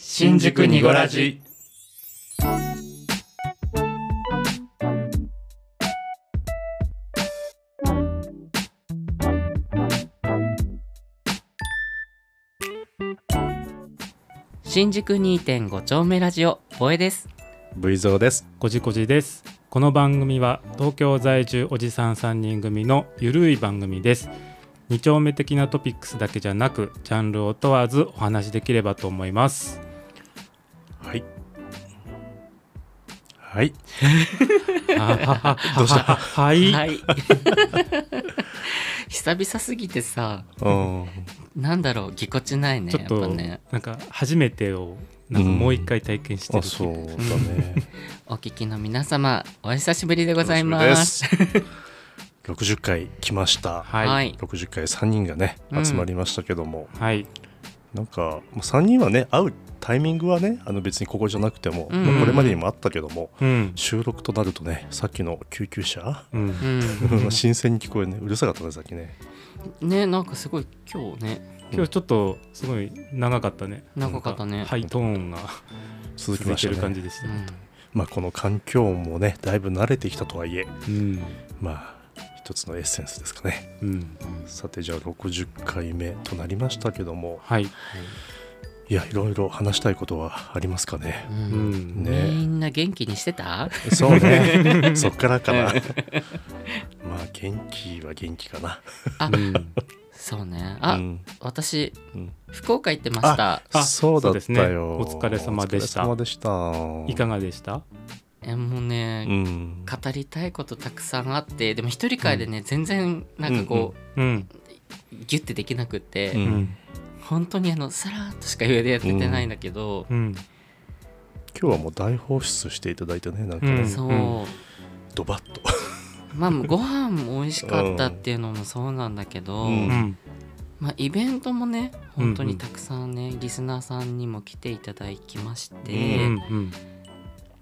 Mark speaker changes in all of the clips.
Speaker 1: 新宿にごラジ
Speaker 2: 新宿2.5丁目ラジオボエです
Speaker 3: V ゾーです。
Speaker 4: こじこじですこの番組は東京在住おじさん3人組のゆるい番組です二丁目的なトピックスだけじゃなくジャンルを問わずお話しできればと思います
Speaker 3: はい。はい。
Speaker 4: どうしたはい、
Speaker 2: はい 久々すぎてさ
Speaker 3: うん。
Speaker 2: なんだろうぎこちないね
Speaker 4: ちょっと、
Speaker 2: やっぱね
Speaker 4: なんか初めてをなんかもう一回体験して
Speaker 3: あ、
Speaker 4: る気
Speaker 3: そうだ
Speaker 4: が
Speaker 3: ね。
Speaker 2: お聞きの皆様お久しぶりでございま
Speaker 3: 楽
Speaker 2: す
Speaker 3: しみです。六十回来ました。
Speaker 4: はい
Speaker 2: は
Speaker 4: はい、
Speaker 2: い
Speaker 3: 六十回三人がね
Speaker 2: うん
Speaker 3: 集まりましたけども、なんかもう三人はね会うタイミングはねあの別にここじゃなくても、
Speaker 2: うん
Speaker 3: まあこれまでにもあったけども。
Speaker 4: うん、
Speaker 3: 収録となるとね、さっきの救急車、
Speaker 4: うん
Speaker 2: う
Speaker 3: 新鮮に聞こえるね、うるさかったね、さっきね。
Speaker 2: んねなんかすごい今日ね
Speaker 4: 今日ちょっとすごい長かったね
Speaker 2: 長かったね
Speaker 4: ハイトーンが
Speaker 3: 続き
Speaker 4: 続
Speaker 3: ま
Speaker 4: い
Speaker 3: してた
Speaker 4: る
Speaker 3: ね
Speaker 4: 感。じでした、
Speaker 3: まあ、この環境音もね、だいぶ慣れてきたとはいえ、
Speaker 4: うん
Speaker 3: まあ、一つのエッセンスですかね。
Speaker 4: うん
Speaker 3: さてじゃあ60回目となりましたけども
Speaker 4: はい、
Speaker 3: いやいろいろ話したいことはありますかね
Speaker 2: う
Speaker 4: うんん
Speaker 3: ね
Speaker 2: みんな元気にしてた
Speaker 3: そう ねそっからかなまあ元気は元気かな
Speaker 4: うん
Speaker 2: そうねあ、
Speaker 3: うん
Speaker 2: 私
Speaker 3: うん
Speaker 2: 福岡行ってました
Speaker 4: あ
Speaker 3: そうだった
Speaker 4: そうですね
Speaker 3: よ、
Speaker 4: お疲れ様でした
Speaker 3: お疲れ様でした
Speaker 4: いかがでした
Speaker 2: えもうね、
Speaker 3: うん
Speaker 2: 語りたいことたくさんあってでも一人会でね、全然なんかこ
Speaker 4: うん
Speaker 2: う、ギュッてできなくて、
Speaker 3: うん
Speaker 4: うん
Speaker 2: 本当にあのさらっとしか言えでやっててないんだけど、
Speaker 4: うん
Speaker 3: 今日はもう大放出していただいてねなんか
Speaker 4: う
Speaker 3: ね
Speaker 4: ん
Speaker 2: そう、
Speaker 4: うん
Speaker 3: ドバッと
Speaker 2: まあご飯も美味しかったっていうのもそうなんだけど、
Speaker 3: うん
Speaker 4: うん
Speaker 2: まあ、イベントもね本当にたくさんね、リスナーさんにも来ていただきまして、
Speaker 3: うん
Speaker 4: うん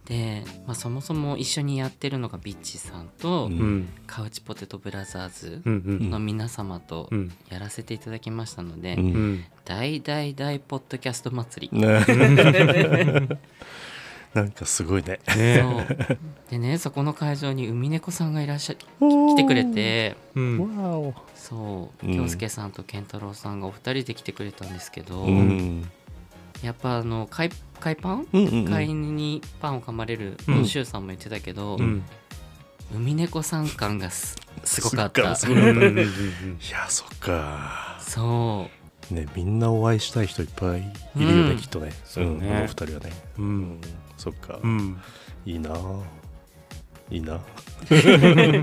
Speaker 2: で、まあ、そもそも一緒にやってるのがビッチさんと、
Speaker 3: うん
Speaker 4: うん
Speaker 2: カウチポテトブラザーズ
Speaker 4: うんうん
Speaker 2: の皆様と
Speaker 4: うん
Speaker 2: やらせていただきましたので、
Speaker 3: うん
Speaker 4: うん
Speaker 2: 大大大ポッドキャスト祭り、
Speaker 3: ね なんかすごいね
Speaker 4: ね
Speaker 2: そうでねそこの会場に海猫さんがいらっしゃ来てくれて
Speaker 4: うん
Speaker 3: わお
Speaker 2: そう
Speaker 3: うん
Speaker 2: 京介さんと健太郎さんがお二人で来てくれたんですけど、
Speaker 3: うん
Speaker 2: やっぱあの海海パン
Speaker 3: うんうん
Speaker 2: 飼い犬にパンを噛まれる
Speaker 4: うん
Speaker 2: シュウさんも言ってたけど、
Speaker 4: うん
Speaker 2: 海猫さん感がすすごかっ
Speaker 3: すっごい
Speaker 2: た
Speaker 3: す
Speaker 4: うんうんうんうん
Speaker 3: いやそっか
Speaker 2: そ
Speaker 3: ねみんなお会いしたい人いっぱいいるよね、
Speaker 2: うん
Speaker 3: きっとね
Speaker 4: そうね
Speaker 3: んこのお二人はね、
Speaker 4: う
Speaker 3: うんそっか、
Speaker 4: うん
Speaker 3: いいなぁいいなぁ
Speaker 2: う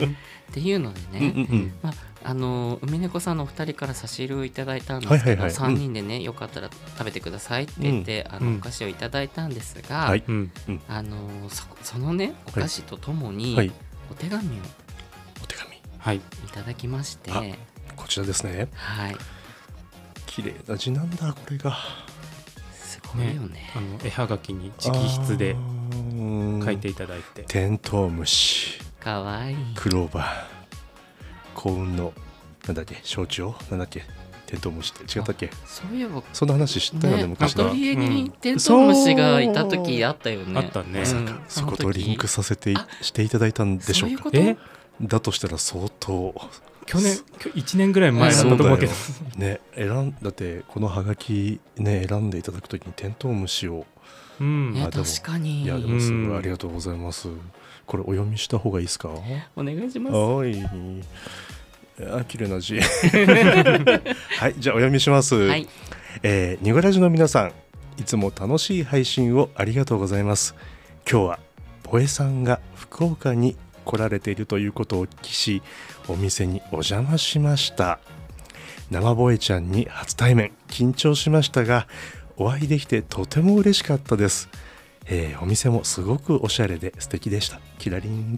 Speaker 2: っていうのでね、
Speaker 3: うん
Speaker 2: まあ、あの海猫さんのお二人から差し入れをいただいたんですけど、
Speaker 3: は
Speaker 2: 三
Speaker 3: いはいはい
Speaker 2: 3人でね、よかったら食べてくださいって言って、あ
Speaker 4: う
Speaker 2: の
Speaker 4: ん
Speaker 2: お菓子をいただいたんですが、
Speaker 3: はい
Speaker 4: うん
Speaker 2: あのそそのねお菓子とともに
Speaker 3: はい
Speaker 2: お手紙を
Speaker 3: お手紙
Speaker 4: はい
Speaker 2: いただきまして、
Speaker 3: あこちらですね
Speaker 2: はい
Speaker 3: 綺麗な字なんだこれが
Speaker 2: すごいよね
Speaker 4: あの絵はがきに直筆で書
Speaker 3: 書
Speaker 4: いていただいて
Speaker 3: テントウムシ
Speaker 2: かわいい
Speaker 3: クローバー幸運のなんだっけ象徴なんだっけテントウムシって違ったっけ
Speaker 2: そういえば
Speaker 3: そんな話知ったよ
Speaker 2: ね、
Speaker 3: ね
Speaker 2: ア
Speaker 3: 昔
Speaker 2: ト
Speaker 3: の
Speaker 2: リエにテントウムシがいた時あったよね。
Speaker 4: あったね
Speaker 2: うん
Speaker 4: まさ
Speaker 2: あの時
Speaker 3: そことリンクさせていしていただいたんでしょうか
Speaker 2: そういう
Speaker 4: え
Speaker 2: こ
Speaker 3: だとしたら相当
Speaker 4: 去年きょ1年ぐらい前だったと思うけど
Speaker 3: ね選んだってこのハガキね選んでいただくときにテントウムシを
Speaker 4: うん
Speaker 2: とね
Speaker 3: あでも
Speaker 2: 確かに。
Speaker 3: いやでもす
Speaker 4: う
Speaker 3: ごい
Speaker 4: ん
Speaker 3: ありがとうございます、これお読みした方がいいですか
Speaker 2: お願いします。
Speaker 3: おいあ綺麗な 字はいじゃあお読みします、
Speaker 2: はい。
Speaker 3: えー、ニゴラジの皆さんいつも楽しい配信をありがとうございます今日はボエさんが福岡に来られているということをお聞きしお店にお邪魔しました生ボエちゃんに初対面緊張しましたがお会いできてとても嬉しかったです、えーお店もすごくおしゃれで素敵でしたキラリン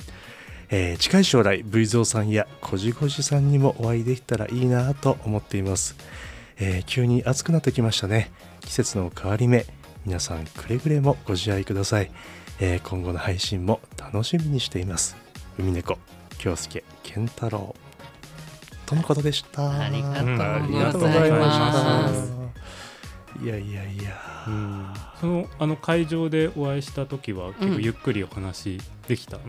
Speaker 3: えー近い将来 V ゾーさんやこじこじさんにもお会いできたらいいなぁと思っていますえー急に暑くなってきましたね季節の変わり目皆さんくれぐれもご自愛ください、えー今後の配信も楽しみにしています海猫京介健太郎とのことでした
Speaker 2: ありが
Speaker 4: とうございます
Speaker 3: ありがとうございましたいやいやいや、
Speaker 4: うん、そのあの会場でお会いした時は結構ゆっくりお話できたの,、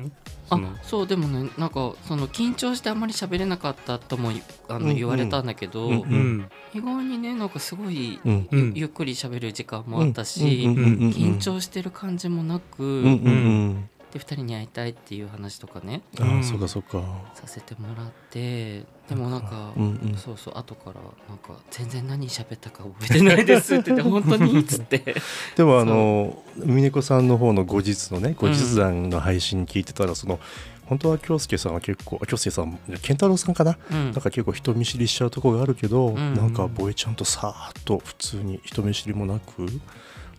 Speaker 4: その
Speaker 2: あそうでもねなんかその緊張してあんまり喋れなかったともいあ
Speaker 3: うんう
Speaker 2: の
Speaker 3: ん
Speaker 2: 言われたんだけど、
Speaker 3: うんうん
Speaker 4: うん
Speaker 2: 意外にねなんかすごい、
Speaker 3: うん
Speaker 4: うん
Speaker 2: ゆゆっくり喋る時間もあったし、
Speaker 3: うんうんうんうん
Speaker 2: 緊張してる感じもなく、
Speaker 3: うんうんうん
Speaker 2: で2人に会いたいっていう話とかね
Speaker 3: あ
Speaker 4: う
Speaker 3: ー
Speaker 4: ん
Speaker 3: そうかそうか
Speaker 2: させてもらってでもなんか、
Speaker 3: うんうん
Speaker 2: そうそう後からなんか全然何喋ったか覚えてないですって言って本当にっつって
Speaker 3: でもあの峰子さんの方の後日のね後日談の配信聞いてたら、その本当は京介さんは結構あ京介さん健太郎さんかな、
Speaker 2: うん
Speaker 3: なんか結構人見知りしちゃうとこがあるけど、
Speaker 2: ん
Speaker 3: なんかボエちゃんとさーっと普通に人見知りもなく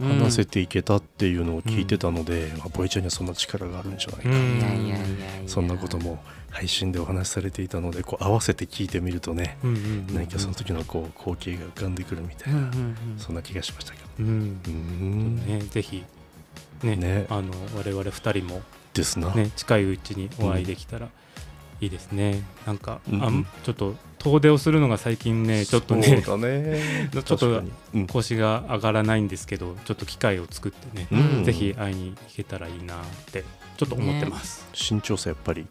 Speaker 3: 話せていけたっていうのを聞いてたので、まあ、ボエちゃんにはそんな力があるんじゃないか、
Speaker 4: うん
Speaker 2: いやいやいやいや
Speaker 3: そんなことも配信でお話しされていたのでこう合わせて聞いてみるとね、
Speaker 4: うんうんうん
Speaker 3: 何かその時のこう光景が浮かんでくるみた
Speaker 2: う
Speaker 3: い
Speaker 2: んう
Speaker 3: な、
Speaker 2: んうん
Speaker 3: そんな気がしましたけど。
Speaker 4: うん
Speaker 3: うーん
Speaker 4: ね、ぜひね
Speaker 3: ね
Speaker 4: あの我々2人も、
Speaker 3: ですな。
Speaker 4: ね、近いうちにお会いできたらいいですね、なんか、
Speaker 3: うん
Speaker 4: あ
Speaker 3: うん
Speaker 4: んちょっと遠出をするのが最近ねちょっとね
Speaker 3: そうだね
Speaker 4: ちょっと
Speaker 3: 確かにうん
Speaker 4: 腰が上がらないんですけどちょっと機会を作ってね、
Speaker 3: うん
Speaker 4: ぜひ会いに行けたらいいなってちょっと思ってます、
Speaker 3: 身長差やっぱり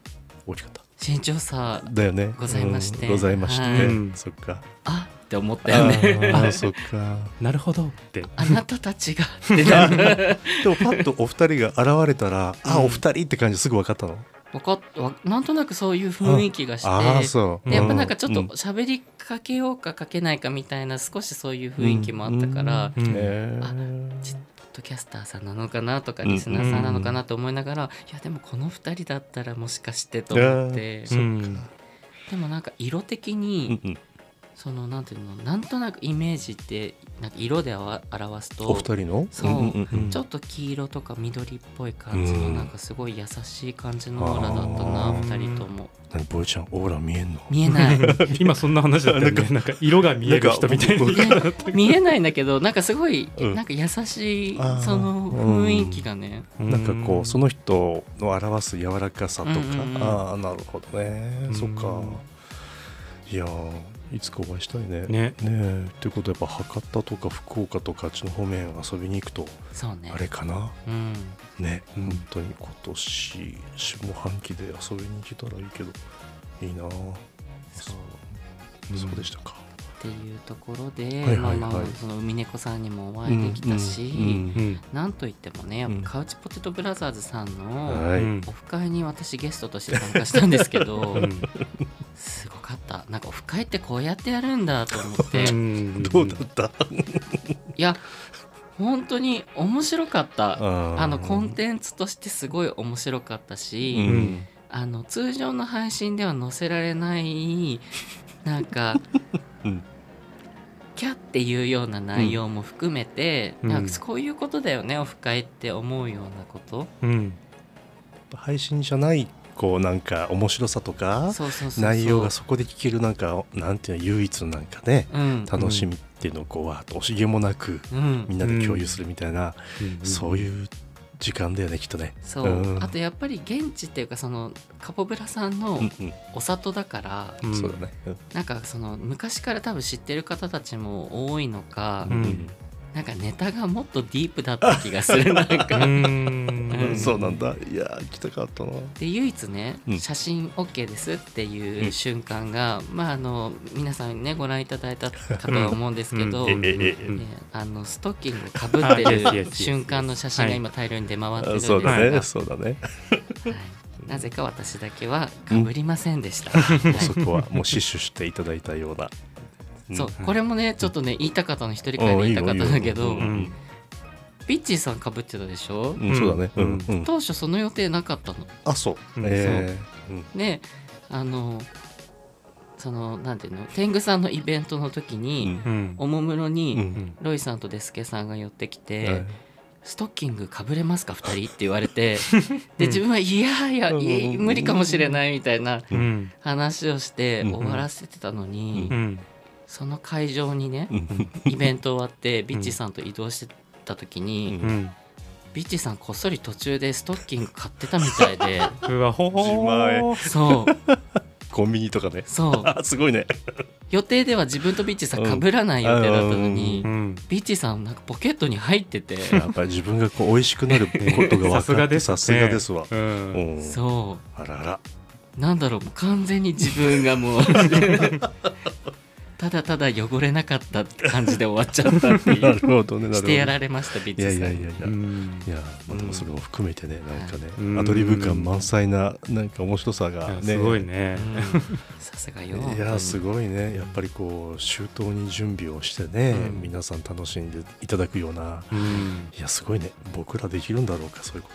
Speaker 3: 大きかった
Speaker 2: 身長差
Speaker 3: だよね
Speaker 2: ございまして
Speaker 3: うんございまして、
Speaker 2: はい
Speaker 3: そっか
Speaker 2: あって思ったよ
Speaker 3: あ
Speaker 2: ね
Speaker 3: ーそっか
Speaker 4: なるほどって
Speaker 2: あなたたちがってなる
Speaker 3: でもパッとお二人が現れたら、あ
Speaker 4: うん
Speaker 3: お二人って感じすぐ分かったの
Speaker 2: わかっわなんとなくそういう雰囲気がして
Speaker 3: ああそう
Speaker 2: でやっぱなんかちょっと
Speaker 3: うん
Speaker 2: 喋りかけようかかけないかみたいな少しそういう雰囲気もあったから、
Speaker 4: うん
Speaker 3: ねえ
Speaker 2: ポッドキャスターさんなのかなとか
Speaker 3: うん
Speaker 2: リスナーさんなのかなと思いながら、いやでもこの2人だったらもしかしてと思って、
Speaker 4: う
Speaker 3: っか
Speaker 4: ん
Speaker 2: でもなんか色的
Speaker 3: う
Speaker 2: に、
Speaker 3: んうん
Speaker 2: そのなんていうのなんとなくイメージってなんか色であわ表すと
Speaker 3: お二人の
Speaker 2: そうん
Speaker 3: んん
Speaker 2: ちょっと黄色とか緑っぽい感じの
Speaker 3: うん
Speaker 2: なんかすごい優しい感じのオーラだったな
Speaker 3: あー
Speaker 2: 2人とも
Speaker 3: 何ボイちゃんオーラ見えんの
Speaker 2: 見え ない
Speaker 4: 今そんな話だったよねなんか色が見える人みたい
Speaker 3: なん
Speaker 4: に
Speaker 3: か
Speaker 2: 見えないんだけどなんかすごい
Speaker 3: うん
Speaker 2: なんか優しい
Speaker 3: あー
Speaker 2: その雰囲気がね
Speaker 3: なんかこうその人の表す柔らかさと
Speaker 2: う
Speaker 3: か、
Speaker 2: んうんうん
Speaker 3: ああなるほどね、
Speaker 4: うん
Speaker 3: そっかいやーいつかお会いしたいね。
Speaker 4: ね
Speaker 3: えということはやっぱ博多とか福岡とかあっちの方面遊びに行くと
Speaker 2: そうね
Speaker 3: あれかな
Speaker 2: うん
Speaker 3: ね、
Speaker 4: うん
Speaker 3: 本当に今年下半期で遊びに行けたらいいけどいいなー
Speaker 2: そう
Speaker 3: そう
Speaker 4: うん
Speaker 3: そうでしたか。
Speaker 2: っていうところで、
Speaker 3: はいはいはい
Speaker 2: まあまあその海猫さんにもお会いできたし、
Speaker 3: うん
Speaker 4: うん
Speaker 2: なんといってもねやっぱカウチポテトブラザーズさん
Speaker 3: うん
Speaker 2: の、
Speaker 3: はい、
Speaker 4: うん
Speaker 2: オフ会に私ゲストとして参加したんですけど、
Speaker 4: うん
Speaker 2: すごかったなんかオフ会ってこうやってやるんだと思ってい
Speaker 4: ん
Speaker 3: どうだった、
Speaker 2: や本当に面白かった
Speaker 3: あー
Speaker 2: あのコンテンツとしてすごい面白かったし、
Speaker 3: うん
Speaker 2: あの通常の配信では載せられないなんか、
Speaker 3: うん
Speaker 2: キャっていうような内容も含めて、
Speaker 4: うん
Speaker 2: なんかこういうことだよねオフ会って思うようなこと、
Speaker 4: うん
Speaker 3: 配信じゃないこうなんか面白さとか
Speaker 2: そうそうそうそう
Speaker 3: 内容がそこで聞けるなんかなんていうの唯一のなんかね
Speaker 2: うん、
Speaker 3: 楽しみっていうのをこうわーっと惜しげもなく
Speaker 2: うん
Speaker 3: みんなで共有するみたいな、そう
Speaker 4: う
Speaker 3: いう時間だよねきっとね。
Speaker 2: そう、
Speaker 3: うん
Speaker 2: あとやっぱり現地っていうかそのカポブラさんの
Speaker 3: うん
Speaker 2: お里だから、
Speaker 4: うん
Speaker 3: そうだね。うん
Speaker 2: なんかその昔から多分知ってる方たちも多いのか、
Speaker 4: うん
Speaker 2: なんかネタがもっとディープだった気がするなん
Speaker 4: う
Speaker 2: か。
Speaker 4: ん
Speaker 2: うん
Speaker 3: そうなんだ。いやー行きたかったな。
Speaker 2: で唯一ね、
Speaker 3: うん
Speaker 2: 写真 OK ですって
Speaker 3: う
Speaker 2: い
Speaker 3: ん
Speaker 2: う瞬間が、まああの皆さんねご覧いただいたかとは思うんですけど、
Speaker 4: うんうん
Speaker 3: えええ
Speaker 2: えーあのストッキングかぶ
Speaker 4: あ
Speaker 2: って
Speaker 4: yes, yes, yes,
Speaker 2: る
Speaker 4: yes
Speaker 2: 瞬間の写真が今大量に出回ってるん
Speaker 3: あ
Speaker 2: ですが、
Speaker 3: そうだ
Speaker 4: は
Speaker 3: ね。
Speaker 4: い
Speaker 3: そうだね。
Speaker 2: はいなぜか私だけはかぶりませんでした。
Speaker 3: もうそこはもう死守していただいたような。うん
Speaker 2: そう
Speaker 4: うん
Speaker 2: これもねちょっとね言いたかったの一人会で言いたかったんだけ
Speaker 3: う
Speaker 2: ど
Speaker 3: ん
Speaker 4: うん
Speaker 2: ピッチーさんかぶってたでしょ
Speaker 3: うんそうだね。うんうん。
Speaker 2: 当初その予定なかったの
Speaker 3: あそう。
Speaker 4: うん
Speaker 3: えー
Speaker 2: であのそのなんていうの天狗さんのイベントの時に
Speaker 4: うん
Speaker 2: おもむろ
Speaker 3: うんう
Speaker 2: に
Speaker 3: ん
Speaker 2: ロイさんとデスケさんが寄ってき
Speaker 3: う
Speaker 2: て、
Speaker 3: んはい
Speaker 2: ストッキングかぶれますか2人って言われ てで自分はいやいや
Speaker 3: うん
Speaker 2: いい無理かもしれないみたいな
Speaker 4: うん
Speaker 2: 話をして
Speaker 3: うん
Speaker 2: 終わらせてたのに、
Speaker 4: うん
Speaker 2: その会場にね
Speaker 3: うん
Speaker 2: イベント終わってビッチーさんと移動してた時に、
Speaker 3: うん
Speaker 4: うん
Speaker 2: ビッチさんこっそり途中でストッキング買ってたみたいで
Speaker 4: うわほほ
Speaker 3: 自前
Speaker 2: そう
Speaker 3: コンビニとかね
Speaker 2: そう
Speaker 3: あ すごいね
Speaker 2: 予定では自分とビッチさんかぶらない予定だったのに、
Speaker 4: うん、
Speaker 2: ビッチさんなんかポケットに入ってて
Speaker 3: やっぱり自分がこう美味しくなることが分かって
Speaker 4: さすがです
Speaker 3: さ
Speaker 4: ね
Speaker 3: すがですわ、
Speaker 4: うん
Speaker 3: うん
Speaker 2: そ
Speaker 3: あらら
Speaker 2: うなんだろうもう完全に自分がもうただただ汚れなかった感じで終わっちゃったってい
Speaker 3: な
Speaker 2: う
Speaker 3: るほどねなるほど
Speaker 2: してやられましたビッ
Speaker 3: い
Speaker 2: チさ
Speaker 3: や
Speaker 2: ん
Speaker 3: いやいやいや、
Speaker 4: うん
Speaker 3: いやまあでもそれも含めてね、なんかね、
Speaker 4: うん
Speaker 3: アドリブ感満載ななんか面白さ
Speaker 4: い
Speaker 3: が
Speaker 4: や
Speaker 3: ね
Speaker 4: すごいね
Speaker 2: う、んさすがよ
Speaker 3: いやす
Speaker 2: ご
Speaker 3: ごいねやっぱりこう周到に準備をしてね、
Speaker 4: うん
Speaker 3: 皆さん楽しんでいただくような
Speaker 4: うん
Speaker 3: いやすごいね僕らできるんだろうかそういう こ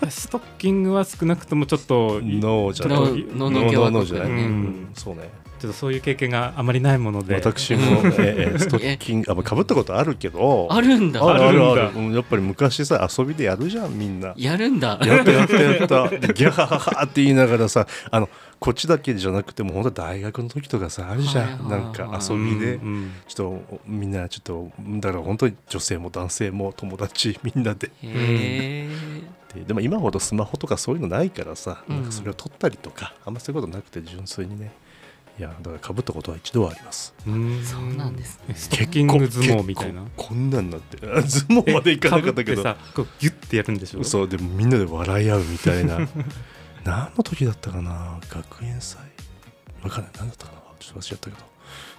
Speaker 3: と
Speaker 4: ストッキングは少なくともちょっとちょ
Speaker 3: ノーじゃない
Speaker 4: ノ
Speaker 2: ノー
Speaker 3: ノーノ
Speaker 4: ー
Speaker 3: ー
Speaker 2: ノー
Speaker 3: ノーじゃない、
Speaker 4: う
Speaker 3: うんんそうね
Speaker 4: っとそういう経験があまりないもので
Speaker 3: 私 も、ええストッキングあかぶったことあるけど
Speaker 2: あるんだ
Speaker 3: あるあるある
Speaker 4: あるんだ
Speaker 3: うんやっぱり昔さ遊びでやるじゃんみんな
Speaker 2: やるんだ
Speaker 3: やったやったやったでギャハハハって言いながらさあのこっちだけじゃなくても本当大学の時とかさあるじゃ
Speaker 2: は
Speaker 3: ん
Speaker 2: いはいはい
Speaker 3: なんか
Speaker 4: う
Speaker 3: 遊びで
Speaker 4: ん
Speaker 3: ちょっとみんなちょっとだから本当に女性も男性も友達みんなで
Speaker 2: へえ
Speaker 3: ででも今ほどスマホとかそういうのないからさ、
Speaker 2: うん
Speaker 3: なんかそれを撮ったりとかあんまそういうことなくて純粋にねいやだからかぶったことは一度はあります
Speaker 4: うん
Speaker 2: そうなんですね
Speaker 4: ストッキング相撲みたいな
Speaker 3: 結構こんなんなってあ相撲までいかなかったけ
Speaker 4: え
Speaker 3: ど
Speaker 4: かぶってさこうギュッてやるんでしょ
Speaker 3: そうでもみんなで笑い合うみたいな 何の時だったかな学園祭わかんない何だったかなちょっと忘れちゃったけ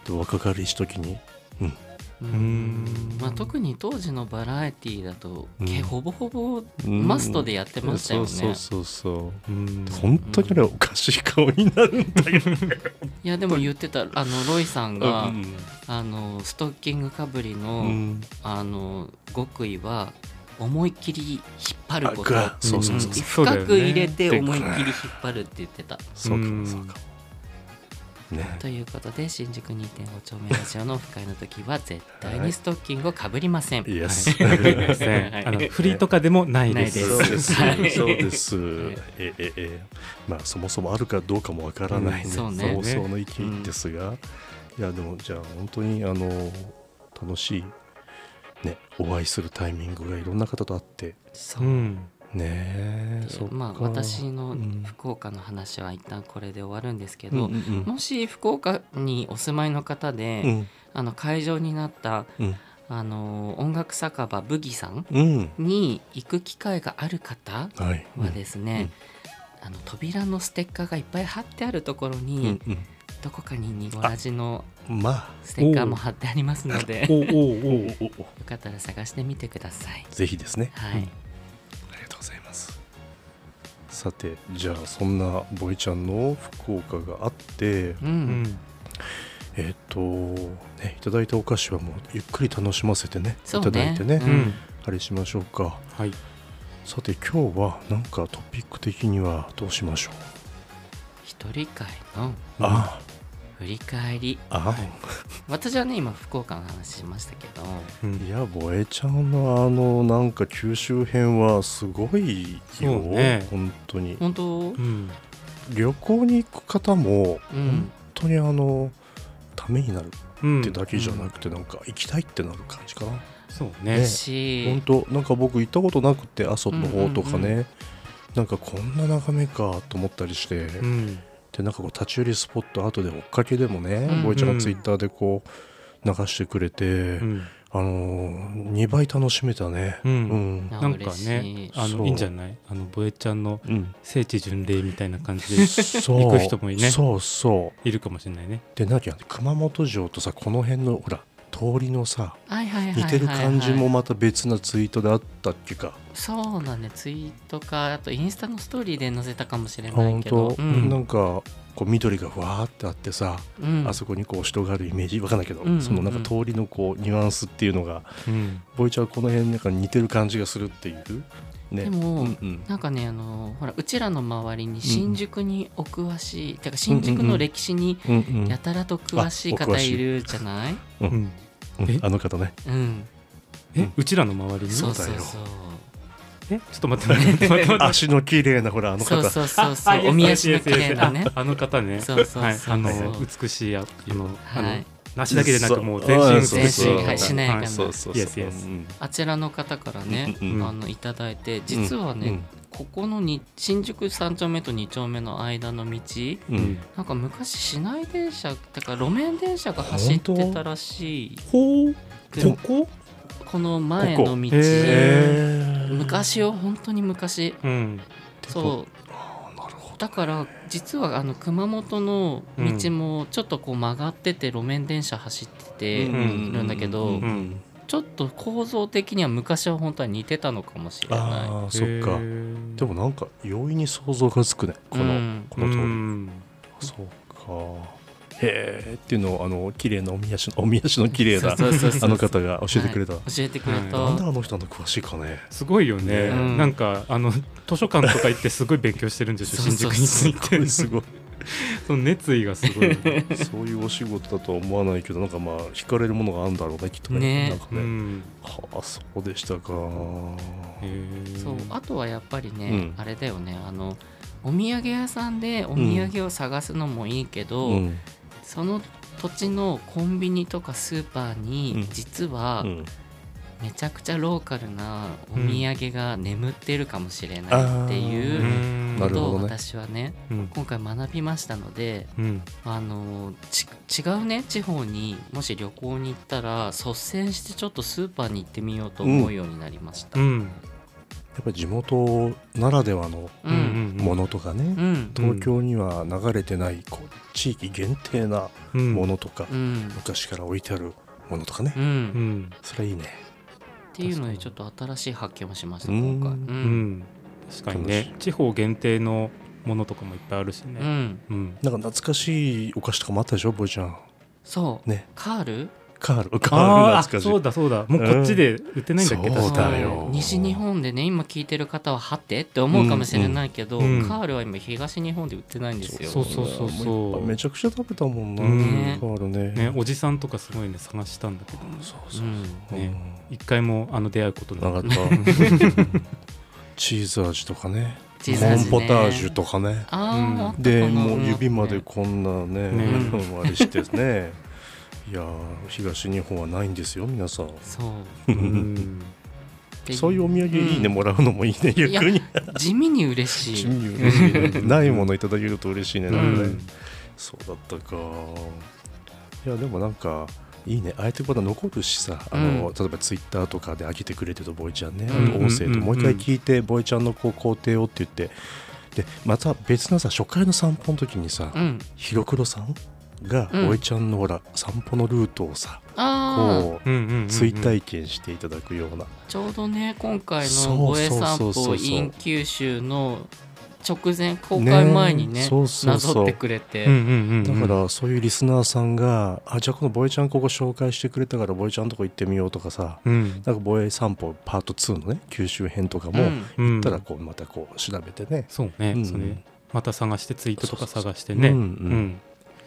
Speaker 3: どで若かりし時にうん
Speaker 2: う
Speaker 4: うーん
Speaker 2: まあ、特に当時のバラエティーだと、
Speaker 3: うん
Speaker 2: けほぼほぼ
Speaker 3: うん
Speaker 2: マストでやってましたよね、
Speaker 3: そうそうそうそう
Speaker 4: うん
Speaker 3: 本当にあれはおかしい顔になるんだよね、
Speaker 2: いやでも言ってたあのロイさんが、
Speaker 3: うん
Speaker 2: あのストッキングかぶりの,、
Speaker 3: うん
Speaker 2: あの極意は思いっきり引っ張ること
Speaker 3: あぐそうそうそう
Speaker 4: うんそうだよね
Speaker 2: 深く入れて
Speaker 3: で
Speaker 2: 思いっきり引っ張るって言ってた。
Speaker 3: そうか
Speaker 4: う
Speaker 3: も
Speaker 4: ん
Speaker 3: そうかもね
Speaker 2: ということで新宿2.5丁目ラジオのオフ会の時は絶対にストッキングをかぶりません。
Speaker 3: イエス、
Speaker 4: はいすいません
Speaker 2: はい
Speaker 4: あの振りとかでもないで
Speaker 2: な
Speaker 4: す
Speaker 2: い
Speaker 3: そう
Speaker 2: で
Speaker 3: です
Speaker 2: はい
Speaker 3: そうです
Speaker 2: はい
Speaker 3: ええええまあそもそもあるかどうかもわからない、ね
Speaker 2: うんそうね
Speaker 3: 妄想の域ですが、いやでもじゃあ本当にあの楽しいねお会いするタイミングがいろんな方とあって
Speaker 2: そう
Speaker 4: うん
Speaker 3: ねえ
Speaker 2: で
Speaker 3: そっか
Speaker 2: まあ私の
Speaker 3: うん
Speaker 2: 福岡の話は一旦これで終わるんですけ
Speaker 3: うんう
Speaker 2: ど、
Speaker 3: んうん
Speaker 2: もし福岡にお住まいの方で、
Speaker 3: うん
Speaker 2: あの会場になった
Speaker 3: うん
Speaker 2: あの音楽酒場ブギさん
Speaker 3: うん
Speaker 2: に行く機会がある方
Speaker 3: はい
Speaker 2: はですね、あの扉のステッカーがいっぱい貼ってあるところ
Speaker 3: う
Speaker 2: に、
Speaker 3: んうん
Speaker 2: どこかにニゴラジの
Speaker 3: うんまあ
Speaker 2: ステッカーも貼ってありますので
Speaker 4: お
Speaker 2: よ
Speaker 4: うおうおう
Speaker 3: おお
Speaker 2: かったら探してみてください。
Speaker 3: ぜひですね
Speaker 2: はい、
Speaker 3: ありがとうございます。さてじゃあそんなボイちゃんの福岡があって
Speaker 2: うん
Speaker 4: うん
Speaker 3: えっ、とねいただいたお菓子はもうゆっくり楽しませてねい
Speaker 2: そ
Speaker 3: た
Speaker 2: うね
Speaker 3: だいてね、
Speaker 2: う
Speaker 4: うんん
Speaker 3: あれしましょうか
Speaker 4: はい
Speaker 3: さて今日はなんかトピック的にはどうしましょう、
Speaker 2: 一人会の
Speaker 4: うん
Speaker 3: あ
Speaker 2: 振り返り
Speaker 3: ああ、
Speaker 2: 私はね今福岡の話しましたけど
Speaker 4: うん
Speaker 3: い、やボエちゃんのあのなんか九州編はすごいよ、
Speaker 4: そうね
Speaker 3: 本当に
Speaker 2: 本当
Speaker 4: うん
Speaker 3: 旅行に行く方も
Speaker 2: うん
Speaker 3: 本当にあのためになる
Speaker 4: うん
Speaker 3: ってだけじゃなくてなんか行きたいってなる感じかな、
Speaker 4: そうね
Speaker 2: し
Speaker 3: 本当なんか僕行ったことなくて阿蘇の方とかね、
Speaker 2: うんう
Speaker 3: なんかこんな眺めかと思ったりして、
Speaker 4: うん
Speaker 3: でなんかこう立ち寄りスポット後で追っかけでもね、
Speaker 2: うんうん
Speaker 3: ボイちゃんがツイッターでこう流してくれて、
Speaker 4: うん
Speaker 3: あのー、2倍楽しめたね
Speaker 4: う
Speaker 3: うんん、
Speaker 4: なんか
Speaker 2: 嬉し
Speaker 4: ね
Speaker 2: い
Speaker 4: あ
Speaker 3: そ
Speaker 4: の
Speaker 3: う
Speaker 4: いいんじゃないあのボエちゃんの
Speaker 3: うん、
Speaker 4: 聖地巡礼みたいな感じで
Speaker 3: そう
Speaker 4: 行く人もいいね
Speaker 3: そうそう
Speaker 4: いるかもしれないね
Speaker 3: でなんか熊本城とさこの辺のほら通りのさ
Speaker 2: はいはいはいはい
Speaker 3: 似
Speaker 2: はい
Speaker 3: てる感じもまた別なツイートであったっけか、
Speaker 2: そうだねツイートかあとインスタのストーリーで載せたかもしれ
Speaker 3: あ
Speaker 2: な
Speaker 3: 本
Speaker 2: いけど
Speaker 3: 当、
Speaker 2: うん
Speaker 3: なんかこう緑がわーってあってさ、
Speaker 2: うん
Speaker 3: あそこにこう人があるイメージわかんないけど、
Speaker 2: うんうんうん
Speaker 3: そのなんか通りのこうニュアンスっていうのが
Speaker 4: うん
Speaker 3: ボイちゃんはこの辺なんか似てる感じがするっていうね
Speaker 2: でも、
Speaker 3: うんうん
Speaker 2: なんかねあのほらうちらの周りに新宿にお詳しい、てか新宿の歴史に
Speaker 3: うんうん
Speaker 2: やたらと詳しい
Speaker 3: あお
Speaker 2: 方
Speaker 3: 詳しい
Speaker 2: いるじゃない、
Speaker 4: うん
Speaker 3: うん
Speaker 4: え
Speaker 3: あの 方ね
Speaker 2: うん、
Speaker 4: えうちらの周りに
Speaker 2: そうそう
Speaker 3: だよ
Speaker 2: そう
Speaker 4: えちょっと待って待って待って待って
Speaker 3: 足の綺麗なほらあの
Speaker 2: そ
Speaker 3: 方
Speaker 2: うそうそう
Speaker 4: あ
Speaker 2: そうおみ足の綺麗な。
Speaker 4: イエ
Speaker 2: ね
Speaker 4: スイエスイエスああの方ね。
Speaker 2: そうそうそう
Speaker 4: はいあの
Speaker 2: そう
Speaker 4: 美しいああのあ
Speaker 2: は
Speaker 4: の
Speaker 2: い
Speaker 4: 梨だけでなくもう
Speaker 3: そう
Speaker 4: 全身
Speaker 3: そう
Speaker 2: 全身はいしなやかな
Speaker 3: そうそうそう
Speaker 4: イエスイエス
Speaker 3: うん
Speaker 2: あちらの方からね、
Speaker 3: うんうん
Speaker 4: うん
Speaker 2: あのいただいて実はね、
Speaker 3: うん
Speaker 2: ここのに新宿3丁目と2丁目の間の道
Speaker 3: うん、
Speaker 2: なんか昔市内電車だから路面電車が走ってたらしい
Speaker 4: ほう
Speaker 2: で
Speaker 4: ここ
Speaker 2: この前の道
Speaker 4: ここへ
Speaker 2: 昔よ本当に昔
Speaker 4: うん
Speaker 2: そう
Speaker 3: あなるほ
Speaker 2: だから実はあの熊本の道もちょっとこう曲がってて路面電車走っててい
Speaker 3: うん
Speaker 2: るんだけど、
Speaker 3: うん
Speaker 4: うん
Speaker 2: ちょっと構造的には昔は本当は似てたのかもしれ
Speaker 3: ど
Speaker 2: ない。
Speaker 3: ああそっかで
Speaker 4: で
Speaker 3: もなんか容易に想像がつくねこの、
Speaker 2: うん
Speaker 3: この通り、
Speaker 4: うん
Speaker 3: そうかへえっていうのをあの綺麗なおみ足のおみ足の綺麗な
Speaker 2: そうそうそうそう
Speaker 3: あの方が教えてくれた、
Speaker 2: 教えてくれた、
Speaker 3: なんであの人あの詳しいかね
Speaker 4: すごいよね、
Speaker 2: うん
Speaker 4: なんかあの図書館とか行ってすごい勉強してるんでし ょ
Speaker 2: そう
Speaker 4: 新
Speaker 2: そ
Speaker 4: 宿
Speaker 2: う
Speaker 4: につい
Speaker 3: これ
Speaker 4: て
Speaker 3: すごい
Speaker 4: その熱意がす ごいよね、
Speaker 3: そういうお仕事だとは思わないけどなんかまあ惹かれるものがあるんだろうねきっとね
Speaker 2: ね
Speaker 3: なんか
Speaker 4: う
Speaker 3: ね、
Speaker 4: ん、
Speaker 3: はあそうでしたか
Speaker 4: へー
Speaker 2: そうあとはやっぱりね、
Speaker 3: うん
Speaker 2: あれだよねあのお土産屋さんでお土産を探すのもいいけど、
Speaker 3: うん
Speaker 2: その土地のコンビニとかスーパー
Speaker 3: うん
Speaker 2: に実は
Speaker 3: うん
Speaker 2: めちゃくちゃローカルなお
Speaker 4: うん
Speaker 2: 土産が眠ってるかもしれないって
Speaker 4: う
Speaker 2: いうん
Speaker 3: な
Speaker 2: こ
Speaker 3: るほ
Speaker 2: と
Speaker 3: ど
Speaker 2: を
Speaker 3: ね
Speaker 2: 私はね
Speaker 4: うん
Speaker 2: 今回学びましたので
Speaker 4: うん
Speaker 2: あのち違うね地方にもし旅行に行ったら率先してちょっとスーパーに行ってみようと思うようになりました。
Speaker 4: う
Speaker 2: うん
Speaker 4: ん
Speaker 3: やっぱり地元ならではの
Speaker 2: う
Speaker 4: うん
Speaker 2: ん
Speaker 3: ものとかね、
Speaker 2: うん
Speaker 3: 東京には流れてないこう地域限定な
Speaker 4: うん
Speaker 3: ものとか、
Speaker 2: うん
Speaker 3: 昔から置いてあるものとかね、
Speaker 2: うん
Speaker 4: うん
Speaker 3: それいいね
Speaker 2: っていうのでちょっと新しい発見をしました
Speaker 3: うん
Speaker 2: 今回。う
Speaker 4: うんん確かに
Speaker 3: 楽し
Speaker 4: ね地方限定のものとかもいっぱいあるし
Speaker 2: う
Speaker 4: ね
Speaker 2: ん、
Speaker 4: うん
Speaker 3: なんか懐かしいお菓子とかもあったでしょボイちゃん
Speaker 2: そう、
Speaker 3: ね
Speaker 2: カール
Speaker 3: カールカー
Speaker 4: あ
Speaker 3: ル
Speaker 4: あ
Speaker 3: 懐かしい
Speaker 4: そうだそうだもうこっちで売ってないんだっけ
Speaker 3: うん
Speaker 4: 確
Speaker 3: そう
Speaker 4: か
Speaker 3: だよ
Speaker 2: 西日本でね今聞いてる方ははてって思うかもしれないけど、
Speaker 4: うんうん
Speaker 2: カールは今東日本で売ってないんですよ。
Speaker 4: そうそうそうそう
Speaker 3: もいっぱいめちゃくちゃ食べたもんな、
Speaker 4: うん
Speaker 3: カールね
Speaker 4: ねおじさんとかすごいね探したんだけど
Speaker 3: そう
Speaker 2: う
Speaker 3: そう、
Speaker 2: ん
Speaker 3: うん
Speaker 4: ね一回もあの出会うことな
Speaker 3: な
Speaker 4: か
Speaker 3: か
Speaker 4: っ
Speaker 3: ったた チーズ味とかね
Speaker 2: チーズ味ね
Speaker 3: コーンポタージュとかね
Speaker 2: あ
Speaker 4: うん
Speaker 2: ーあったかな、
Speaker 3: でもう指までこんなね
Speaker 4: ね
Speaker 3: うんあれしてねいやー東日本はないんですよ皆さん
Speaker 2: そう
Speaker 4: うん
Speaker 2: う
Speaker 3: そういうお土産いいね、
Speaker 2: うん
Speaker 3: もらうのもいいね
Speaker 2: や
Speaker 3: 逆 に
Speaker 2: 地味に嬉し
Speaker 3: 地
Speaker 2: い。
Speaker 3: 味嬉しいねないものいただけると嬉しいね
Speaker 4: う
Speaker 3: なんかね
Speaker 4: ん
Speaker 3: そうだったかいやでもなんかいいねああえてまだ残るしさあの、
Speaker 2: うん
Speaker 3: 例えばツイッターとかで上げてくれてるボイちゃんね、
Speaker 2: うん
Speaker 3: あの音声
Speaker 4: うん
Speaker 3: と
Speaker 4: うん
Speaker 3: もう一回聞いて、ボイちゃんのこう工程をって言ってでまた別のさ初回の散歩の時にさ、
Speaker 2: うん、
Speaker 3: ひろくろさんが
Speaker 2: うん
Speaker 3: ボイちゃんのほら散歩のルートをさ、
Speaker 2: ああ
Speaker 3: こ
Speaker 4: うんうんうんうん
Speaker 3: う追体験していただくような、
Speaker 2: ちょうどね今回
Speaker 3: そ
Speaker 2: の
Speaker 3: うそう
Speaker 2: 「護衛散
Speaker 3: そうそ
Speaker 2: 歩
Speaker 3: うそう
Speaker 2: in 九州」の直前公開前に
Speaker 3: ね
Speaker 2: ね
Speaker 3: そうそうそ
Speaker 2: な
Speaker 3: う
Speaker 2: ぞってくれて、
Speaker 4: うんうんうんうん
Speaker 3: だからそういうリスナーさんが「あじゃあこのボイちゃんここ紹介してくれたからボイちゃんとこ行ってみよう」とかさ
Speaker 4: うん
Speaker 3: なんか防衛散歩パート2のね九州編とか
Speaker 2: う
Speaker 3: も、
Speaker 2: ん
Speaker 4: うん
Speaker 3: たらこうまたこう調べてね、
Speaker 4: そうね
Speaker 3: うん
Speaker 4: それまた探してツイートとか探してね
Speaker 3: そう
Speaker 4: う
Speaker 3: そうそううんうん
Speaker 4: ん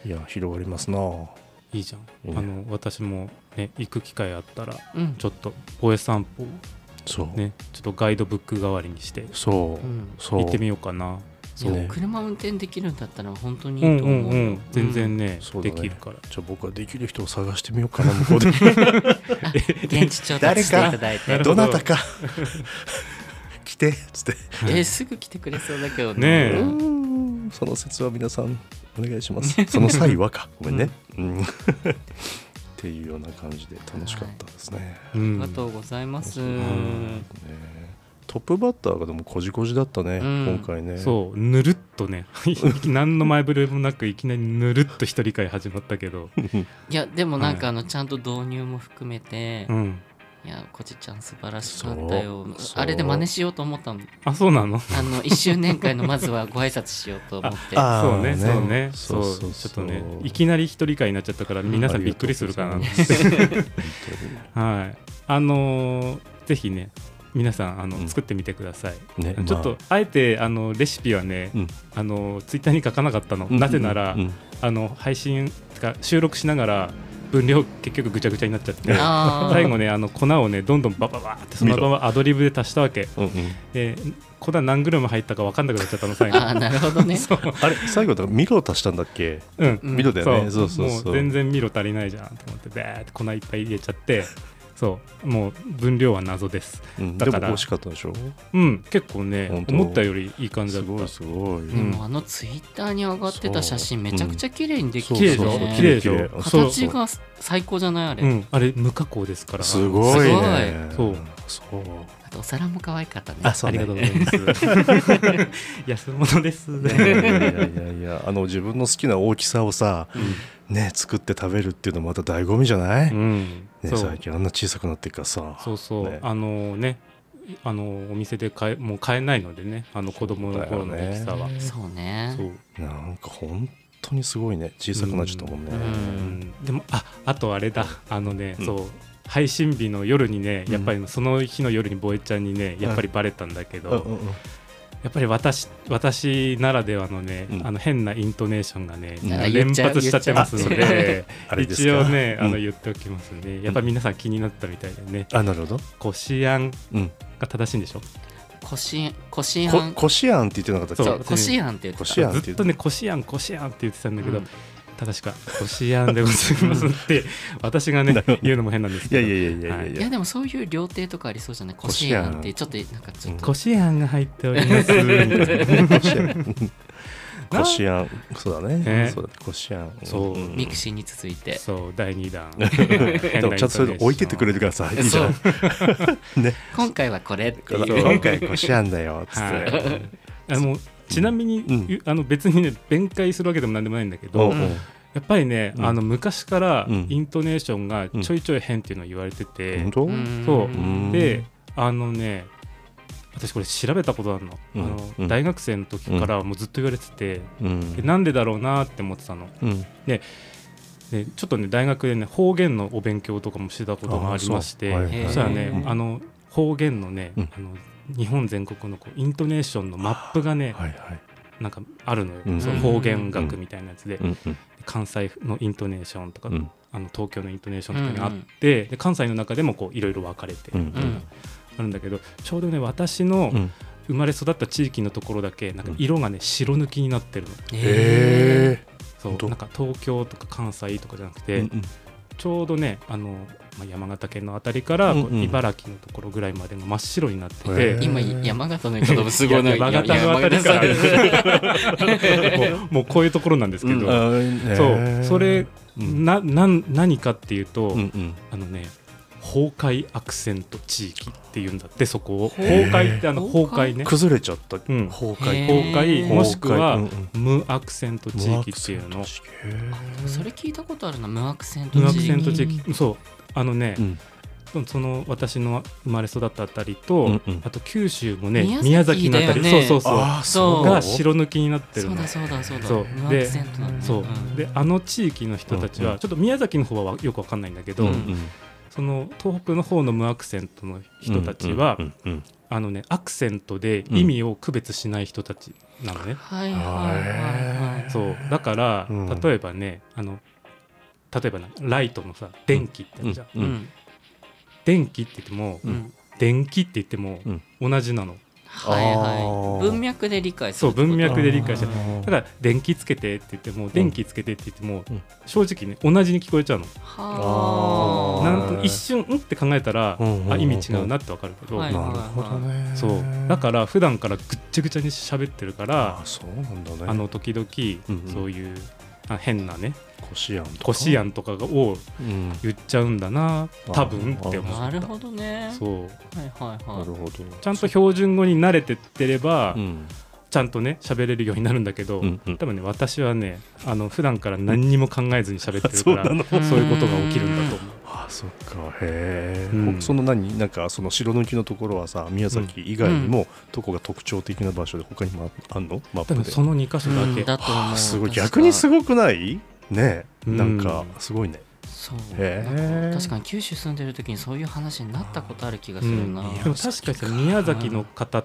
Speaker 3: いや広がりますなあ
Speaker 4: いいじゃん
Speaker 3: いいね
Speaker 4: あの私もね行く機会あったら
Speaker 2: うん
Speaker 4: ちょっとボエ散歩を
Speaker 3: そう、
Speaker 4: ねちょっとガイドブック代わりにして
Speaker 3: そう、
Speaker 2: うん
Speaker 3: そう
Speaker 4: 行ってみようかな
Speaker 3: そう
Speaker 2: いや
Speaker 3: ね
Speaker 2: 車運転できるんだったら本当に
Speaker 4: う
Speaker 2: い
Speaker 4: ん
Speaker 2: いと
Speaker 4: う
Speaker 2: 思うよ、
Speaker 4: んうん全然ね
Speaker 3: そうだ
Speaker 4: で
Speaker 3: ね
Speaker 4: きるから
Speaker 3: じゃあ僕はできる人を探してみようかな向こうで
Speaker 2: 現地調達していただい
Speaker 4: 誰
Speaker 2: て
Speaker 4: か
Speaker 3: どなた か来てっつって
Speaker 2: えすぐ来てくれそうだけど
Speaker 4: ね
Speaker 2: ね
Speaker 4: え
Speaker 2: う
Speaker 3: う
Speaker 2: ん
Speaker 3: ーんその説は皆さんお願いします その際はかごめんね、うん っていうような感じで楽しかったですね、
Speaker 4: う
Speaker 2: あり
Speaker 4: ん
Speaker 2: がとうございます、
Speaker 4: ん
Speaker 3: ねトップバッターがでもこじこじだったね、
Speaker 2: うん
Speaker 3: 今回ね
Speaker 4: そうぬるっと ね何の前触れもなくいきなりぬるっと一人会始まったけ ど、
Speaker 2: いやでもなんかあのちゃんと導入も含めて、
Speaker 4: うん、
Speaker 2: いやこじちゃん素晴らしかったよ
Speaker 3: そうそう
Speaker 2: あれで真似しようと思ったの
Speaker 4: あそうなの
Speaker 2: あの1周 年会のまずはご挨拶しようと思って
Speaker 3: あ
Speaker 4: そう
Speaker 3: ー
Speaker 4: ねそうね
Speaker 3: そ
Speaker 4: そうう
Speaker 3: そう
Speaker 4: ち
Speaker 3: そ
Speaker 4: ょ
Speaker 3: う
Speaker 4: っとねいきなり一人会になっちゃったから皆さんびっくりするかな、
Speaker 3: ありがとうございます
Speaker 4: はいあのーぜひね皆さんあの、
Speaker 3: うん
Speaker 4: 作ってみてください
Speaker 3: 本当に ね
Speaker 4: ちょっと、あえてあのレシピはね、
Speaker 3: うん
Speaker 4: あのツイッターに書かなかったの、
Speaker 3: まあ
Speaker 4: なぜなら、
Speaker 3: うんうん
Speaker 4: あの配信てか収録しながら分量結局ぐちゃぐちゃになっちゃって
Speaker 2: あー
Speaker 4: 最後ねあの粉をねどんどんバババーってそのままアドリブで足したわけ
Speaker 3: うんうん
Speaker 4: で粉何グラム入ったか分かんなくなっちゃったの最後
Speaker 2: あーなるほどね
Speaker 4: そう
Speaker 3: あれ最後だからミロを足したんだっけ
Speaker 4: うん
Speaker 2: うん
Speaker 3: ミロだよねそうそうそう
Speaker 4: もう全然ミロ足りないじゃんと思ってバーって粉いっぱい入れちゃってそうもう分量は謎です
Speaker 3: うん、
Speaker 4: だ
Speaker 3: で
Speaker 4: から
Speaker 3: も美味しかったでしょ
Speaker 4: うん結構ね
Speaker 3: 本当
Speaker 4: 思ったよりいい感じだ
Speaker 3: す
Speaker 4: った
Speaker 3: ごいすごい、
Speaker 2: で
Speaker 4: ん
Speaker 2: もあのツイッターに上がってた写真めちゃくちゃ綺麗にでき
Speaker 3: そう
Speaker 4: 綺麗
Speaker 2: て
Speaker 4: でし
Speaker 2: る
Speaker 3: そうそう綺麗
Speaker 4: ょ綺麗でしょそう
Speaker 2: 形が最高じゃないあれ、
Speaker 4: うん、あれ無加工ですから
Speaker 3: すごいね
Speaker 4: すごい
Speaker 3: そう
Speaker 2: あとお皿も可愛かったね
Speaker 3: あそう
Speaker 4: あり
Speaker 3: ね
Speaker 4: がと うございます安物です、
Speaker 3: いやいやいやい やあの自分の好きな大きさをさ、ね作って食べるっていうのもまた醍醐味じゃない、
Speaker 4: うん
Speaker 3: ね、
Speaker 4: そう
Speaker 3: 最近あんな小さくなってるからさ
Speaker 4: そうそう、
Speaker 3: ね
Speaker 4: あのねあのお店で買えもう買えないのでねあの子供の頃の大きさは
Speaker 2: そうね
Speaker 4: そう
Speaker 3: なんか本当にすごいね小さくなっちゃったもんね、
Speaker 2: うん
Speaker 4: でもああとあれだあのね、
Speaker 3: うん
Speaker 4: そう配信日の夜にね
Speaker 3: うん
Speaker 4: やっぱりその日の夜にボエちゃんにねやっぱりバレたんだけど、
Speaker 3: うんうんうん
Speaker 4: やっぱり私私ならではのね、
Speaker 3: うん
Speaker 4: あの変なイントネーションがね、
Speaker 2: うん
Speaker 4: あの連発しちゃってますの
Speaker 2: 言っちゃう
Speaker 4: で
Speaker 3: あれですか
Speaker 4: 一応ねあの
Speaker 3: うん
Speaker 4: 言っておきますね、やっぱり皆さん気になったみたいでね
Speaker 3: あなるほど、
Speaker 4: こしあん
Speaker 3: うん、
Speaker 4: が正しいんでしょ
Speaker 2: こしこしあ
Speaker 3: こ
Speaker 2: ん
Speaker 3: こしあんって言ってなかったっけ
Speaker 2: そう
Speaker 4: そう
Speaker 2: こしあんって言ってた
Speaker 3: こしあんって
Speaker 4: ず
Speaker 3: 言
Speaker 4: っ
Speaker 3: って
Speaker 4: とねこしあんこしあんって言ってたんだけど、
Speaker 2: うん
Speaker 4: 正しくはこしあんでございますって私がね言うのも変なんです
Speaker 3: い
Speaker 4: け
Speaker 3: や
Speaker 4: ど
Speaker 3: いやいやいやいや
Speaker 2: いやでもそういう料亭とかありそうじゃないこしあんってちょっとなんかちょっと
Speaker 4: こしあんが入っておりますみたいな
Speaker 3: こしあんこしあんそうだね
Speaker 4: ね
Speaker 3: そうだねこしあん
Speaker 4: そうん
Speaker 2: ミクシーに続いて
Speaker 4: そう第2弾
Speaker 3: でもちゃんとそういうの置いてってくれるからさいいじゃん ね
Speaker 2: 今回はこれって
Speaker 3: そう
Speaker 2: いう
Speaker 3: 今回こしあんだよつっ
Speaker 4: は
Speaker 3: て
Speaker 4: いあのちなみに、
Speaker 3: うん
Speaker 4: あの別にね弁解するわけでもなんでもないんだけど、
Speaker 3: おうおう
Speaker 2: うん
Speaker 4: やっぱりね、
Speaker 3: うん
Speaker 4: あの昔から
Speaker 3: うん
Speaker 4: イントネーションがちょいちょい変っていうのを言われてて、
Speaker 3: 本当
Speaker 2: ん
Speaker 4: そう
Speaker 3: うん
Speaker 4: であのね私これ調べたことあるの,、
Speaker 3: うん
Speaker 4: あの
Speaker 3: うん
Speaker 4: 大学生の時からもうずっと言われてて、
Speaker 3: うん
Speaker 4: でなんでだろうなって思ってたの
Speaker 3: うん
Speaker 4: でちょっとね大学でね方言のお勉強とかもしてたことがありまして
Speaker 3: あ
Speaker 4: そ,、
Speaker 3: そうはい
Speaker 2: はい
Speaker 4: したらね、
Speaker 2: うん
Speaker 4: あの方言のね、
Speaker 3: うん
Speaker 4: あの日本全国のこうイントネーションのマップがね、
Speaker 3: はいはい
Speaker 4: なんかあるのよ、
Speaker 3: うん
Speaker 4: その方言学みたいなやつで、
Speaker 3: うんうん
Speaker 4: 関西のイントネーションとか、
Speaker 3: うん
Speaker 4: あの東京のイントネーションとかにあって、で関西の中でもこういろいろ分かれて
Speaker 3: うん
Speaker 2: うん
Speaker 4: あるんだけど、ちょうどね私の
Speaker 3: うん
Speaker 4: 生まれ育った地域のところだけなんか色がね白抜きになってるの、
Speaker 3: へ
Speaker 4: そう
Speaker 3: 本当
Speaker 4: なんか東京とか関西とかじゃなく
Speaker 3: え
Speaker 4: て、
Speaker 3: うんうん
Speaker 4: ちょうどねあの、まあ、山形県の辺りからこう、
Speaker 3: うんうん
Speaker 4: 茨城のところぐらいまでが真っ白になってて、
Speaker 3: へえ
Speaker 2: 今山形の言い方もすごいない
Speaker 4: や山形のあたりから もうもうこういうところなんですけど、
Speaker 2: うん
Speaker 3: あーね
Speaker 4: そうそれ、
Speaker 3: うん
Speaker 4: ななん何かっていうと、
Speaker 3: うんうん
Speaker 4: あのね崩壊アクセント地域っていうんだってそこを崩壊ってあの崩
Speaker 2: 崩
Speaker 4: 壊
Speaker 2: 壊
Speaker 4: ね
Speaker 3: 崩れちゃった
Speaker 4: う
Speaker 2: へ
Speaker 3: 崩
Speaker 4: ん
Speaker 3: 壊
Speaker 2: え
Speaker 4: 崩
Speaker 2: へ
Speaker 4: 壊
Speaker 2: ー
Speaker 4: もしくは
Speaker 3: 崩壊うん
Speaker 4: 無アクセント地域っていうの
Speaker 2: それ聞いたことあるな無アクセント
Speaker 4: 無アク
Speaker 2: 地
Speaker 4: セン
Speaker 2: 域
Speaker 4: ト地域そうあのね
Speaker 3: う、ん
Speaker 4: その私の生まれ育ったあたりと、
Speaker 3: うんうん
Speaker 4: あと九州もね宮
Speaker 2: 宮崎
Speaker 4: 崎のあたり、
Speaker 2: だよ
Speaker 4: そう
Speaker 2: ね
Speaker 4: そうそう
Speaker 3: あー
Speaker 2: そう
Speaker 3: そう
Speaker 4: が白抜きになってる
Speaker 2: そ
Speaker 4: の
Speaker 2: うだそうだそうだ
Speaker 4: そう
Speaker 2: 無ア
Speaker 4: で
Speaker 2: クセントなんだ
Speaker 4: そう、
Speaker 2: ん
Speaker 4: であの地域の人たちは、
Speaker 3: うん
Speaker 4: ちょっと宮崎の方はよくわかんないんだけど、
Speaker 3: うん
Speaker 4: その東北の方の無アクセントの
Speaker 3: うん
Speaker 4: 人たちは、
Speaker 3: うんうんうん
Speaker 4: あのねアクセントで意味を区別しない人たちなのね、
Speaker 2: はいはいはいはい
Speaker 4: そうだから、
Speaker 3: うん
Speaker 4: 例えばねあの例えばなライトのさ電気ってあるじゃん、
Speaker 3: うん
Speaker 2: うん
Speaker 4: 電気って言っても、
Speaker 2: うん
Speaker 4: 電気って言っても
Speaker 3: うん
Speaker 4: 同じなの、
Speaker 2: はい
Speaker 3: あー
Speaker 2: はい文脈で理解す
Speaker 4: そう
Speaker 2: るってこと
Speaker 4: 文脈で理解して
Speaker 2: あ
Speaker 4: だから電気つけてって言っても電気つけてって言っても、
Speaker 3: うん
Speaker 4: 正直ね同じに聞こえちゃうの、
Speaker 2: は
Speaker 3: あ
Speaker 2: あ
Speaker 3: ー
Speaker 4: なんと一瞬うんって考えたら、
Speaker 3: うんうんうんうん
Speaker 4: あ意味違うなってわかるけど、
Speaker 2: はい
Speaker 3: なるほどね
Speaker 4: そうだから普段からぐっちゃぐちゃに喋ってるから
Speaker 3: あそうなんだね
Speaker 4: あの時々
Speaker 3: うんうん
Speaker 4: そういう、あ変なね
Speaker 3: こしあんとか
Speaker 4: こしあんとかを
Speaker 3: うん
Speaker 4: 言っちゃうんだな
Speaker 3: あ
Speaker 4: 多分って思
Speaker 2: な
Speaker 4: っ
Speaker 2: る
Speaker 4: た
Speaker 2: ほどね
Speaker 4: そう
Speaker 2: はいはい
Speaker 3: な
Speaker 2: は
Speaker 3: るほど
Speaker 4: ちゃんと標準語に慣れてってれば、
Speaker 3: うん
Speaker 4: ちゃんとね喋れるようになるんだけど、
Speaker 3: うんうん
Speaker 4: 多分ね私はねあの普段から何にも考えずに喋ってるから、
Speaker 3: そうなの
Speaker 4: そういうことが起きるんだと思う。
Speaker 3: あそっかへ
Speaker 4: う
Speaker 3: え
Speaker 4: ん
Speaker 3: その何なんかその白抜きのところはさ宮崎以外にもどこが特徴的な場所で他にもああんのマッ
Speaker 4: 多
Speaker 3: プ
Speaker 4: 分
Speaker 3: で
Speaker 4: その2箇
Speaker 2: い
Speaker 4: 所だ
Speaker 2: う
Speaker 4: け、
Speaker 2: んだと思
Speaker 3: あ
Speaker 2: う
Speaker 3: すごい逆にす
Speaker 2: ごい
Speaker 3: ごくないね
Speaker 4: うん
Speaker 3: なんかすごいね
Speaker 2: そう
Speaker 3: へえ
Speaker 2: なんか確かに九州住んでる時にそういう話になったことある気がするな
Speaker 4: う
Speaker 2: うんん
Speaker 4: でも確かにさ宮崎の方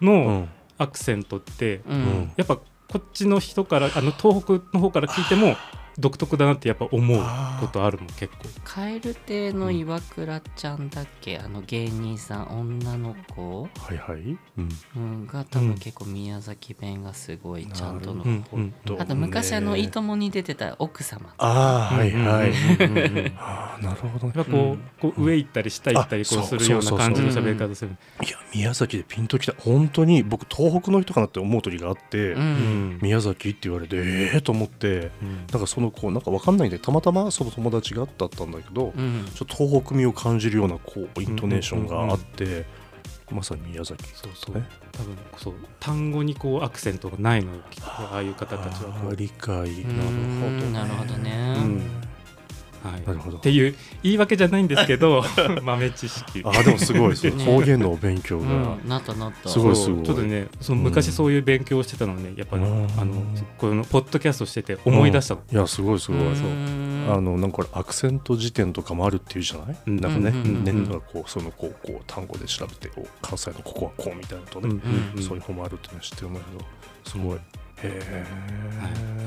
Speaker 3: う
Speaker 4: の
Speaker 3: ん
Speaker 4: アクセントって、
Speaker 2: うん
Speaker 4: やっぱこっちの人からあの東北の方から聞いても独特だなってやっぱ思う
Speaker 3: あー
Speaker 4: ことあるもん結構
Speaker 2: 蛙亭の岩倉ちゃんだっけ、あの芸人さん女の子、
Speaker 3: はいはい、うん、
Speaker 2: うん、が多分結構宮崎弁がすごいちゃんとの、
Speaker 4: うんうん
Speaker 3: どうね
Speaker 2: あと昔あの「いいとも!」に出てた奥様
Speaker 3: ああはいはい、
Speaker 2: うんうんうん
Speaker 3: ああなるほどね
Speaker 4: やっぱこう,、こう上行ったり下行った
Speaker 3: あ
Speaker 4: りこう
Speaker 3: そ
Speaker 4: す
Speaker 3: う
Speaker 4: るような
Speaker 3: そうそうそう
Speaker 4: 感じの喋り方する
Speaker 3: いや宮崎でピンときた本当に僕東北の人かなって思う時があって、
Speaker 2: うん
Speaker 4: うん
Speaker 3: 宮崎って言われてええー、と思って
Speaker 4: うん
Speaker 3: なんかそのこうなんかわかんないんでたまたまその友達があったんだけど、
Speaker 2: うん
Speaker 3: ちょっと東北味を感じるようなこうイントネーションがあって、まさに宮崎
Speaker 4: そうそう
Speaker 3: ね
Speaker 4: 多分そう単語にこうアクセントがないのをきっとああいう方たちはこ
Speaker 3: あー
Speaker 4: う
Speaker 3: 理解なるほどね、
Speaker 2: なるほどね
Speaker 4: うんはい、
Speaker 3: なるほど
Speaker 4: っていう言い訳じゃないんですけ ど豆知識
Speaker 3: あーでもすごいその
Speaker 2: ね
Speaker 3: 方言のお勉強
Speaker 2: う
Speaker 3: が、
Speaker 2: んなったなった
Speaker 3: すごい
Speaker 4: そうちょっとねその昔そういう勉強をしてたのをねやっぱね、
Speaker 3: うん
Speaker 4: あのこのポッドキャストしてて思い出したの、
Speaker 3: いやすごいすごい、
Speaker 2: うん
Speaker 3: あのなんかこれアクセント辞典とかもあるっていうじゃない、
Speaker 4: うん
Speaker 3: なんかね、
Speaker 2: うんうんうん
Speaker 3: ねなんかこうそのこうこう単語で調べてこう関西のここはこうみたいなのと
Speaker 4: うんう
Speaker 3: ね、
Speaker 4: んうん
Speaker 3: そういう本もあるっていうのは知ってるんだけどすごい、へえ、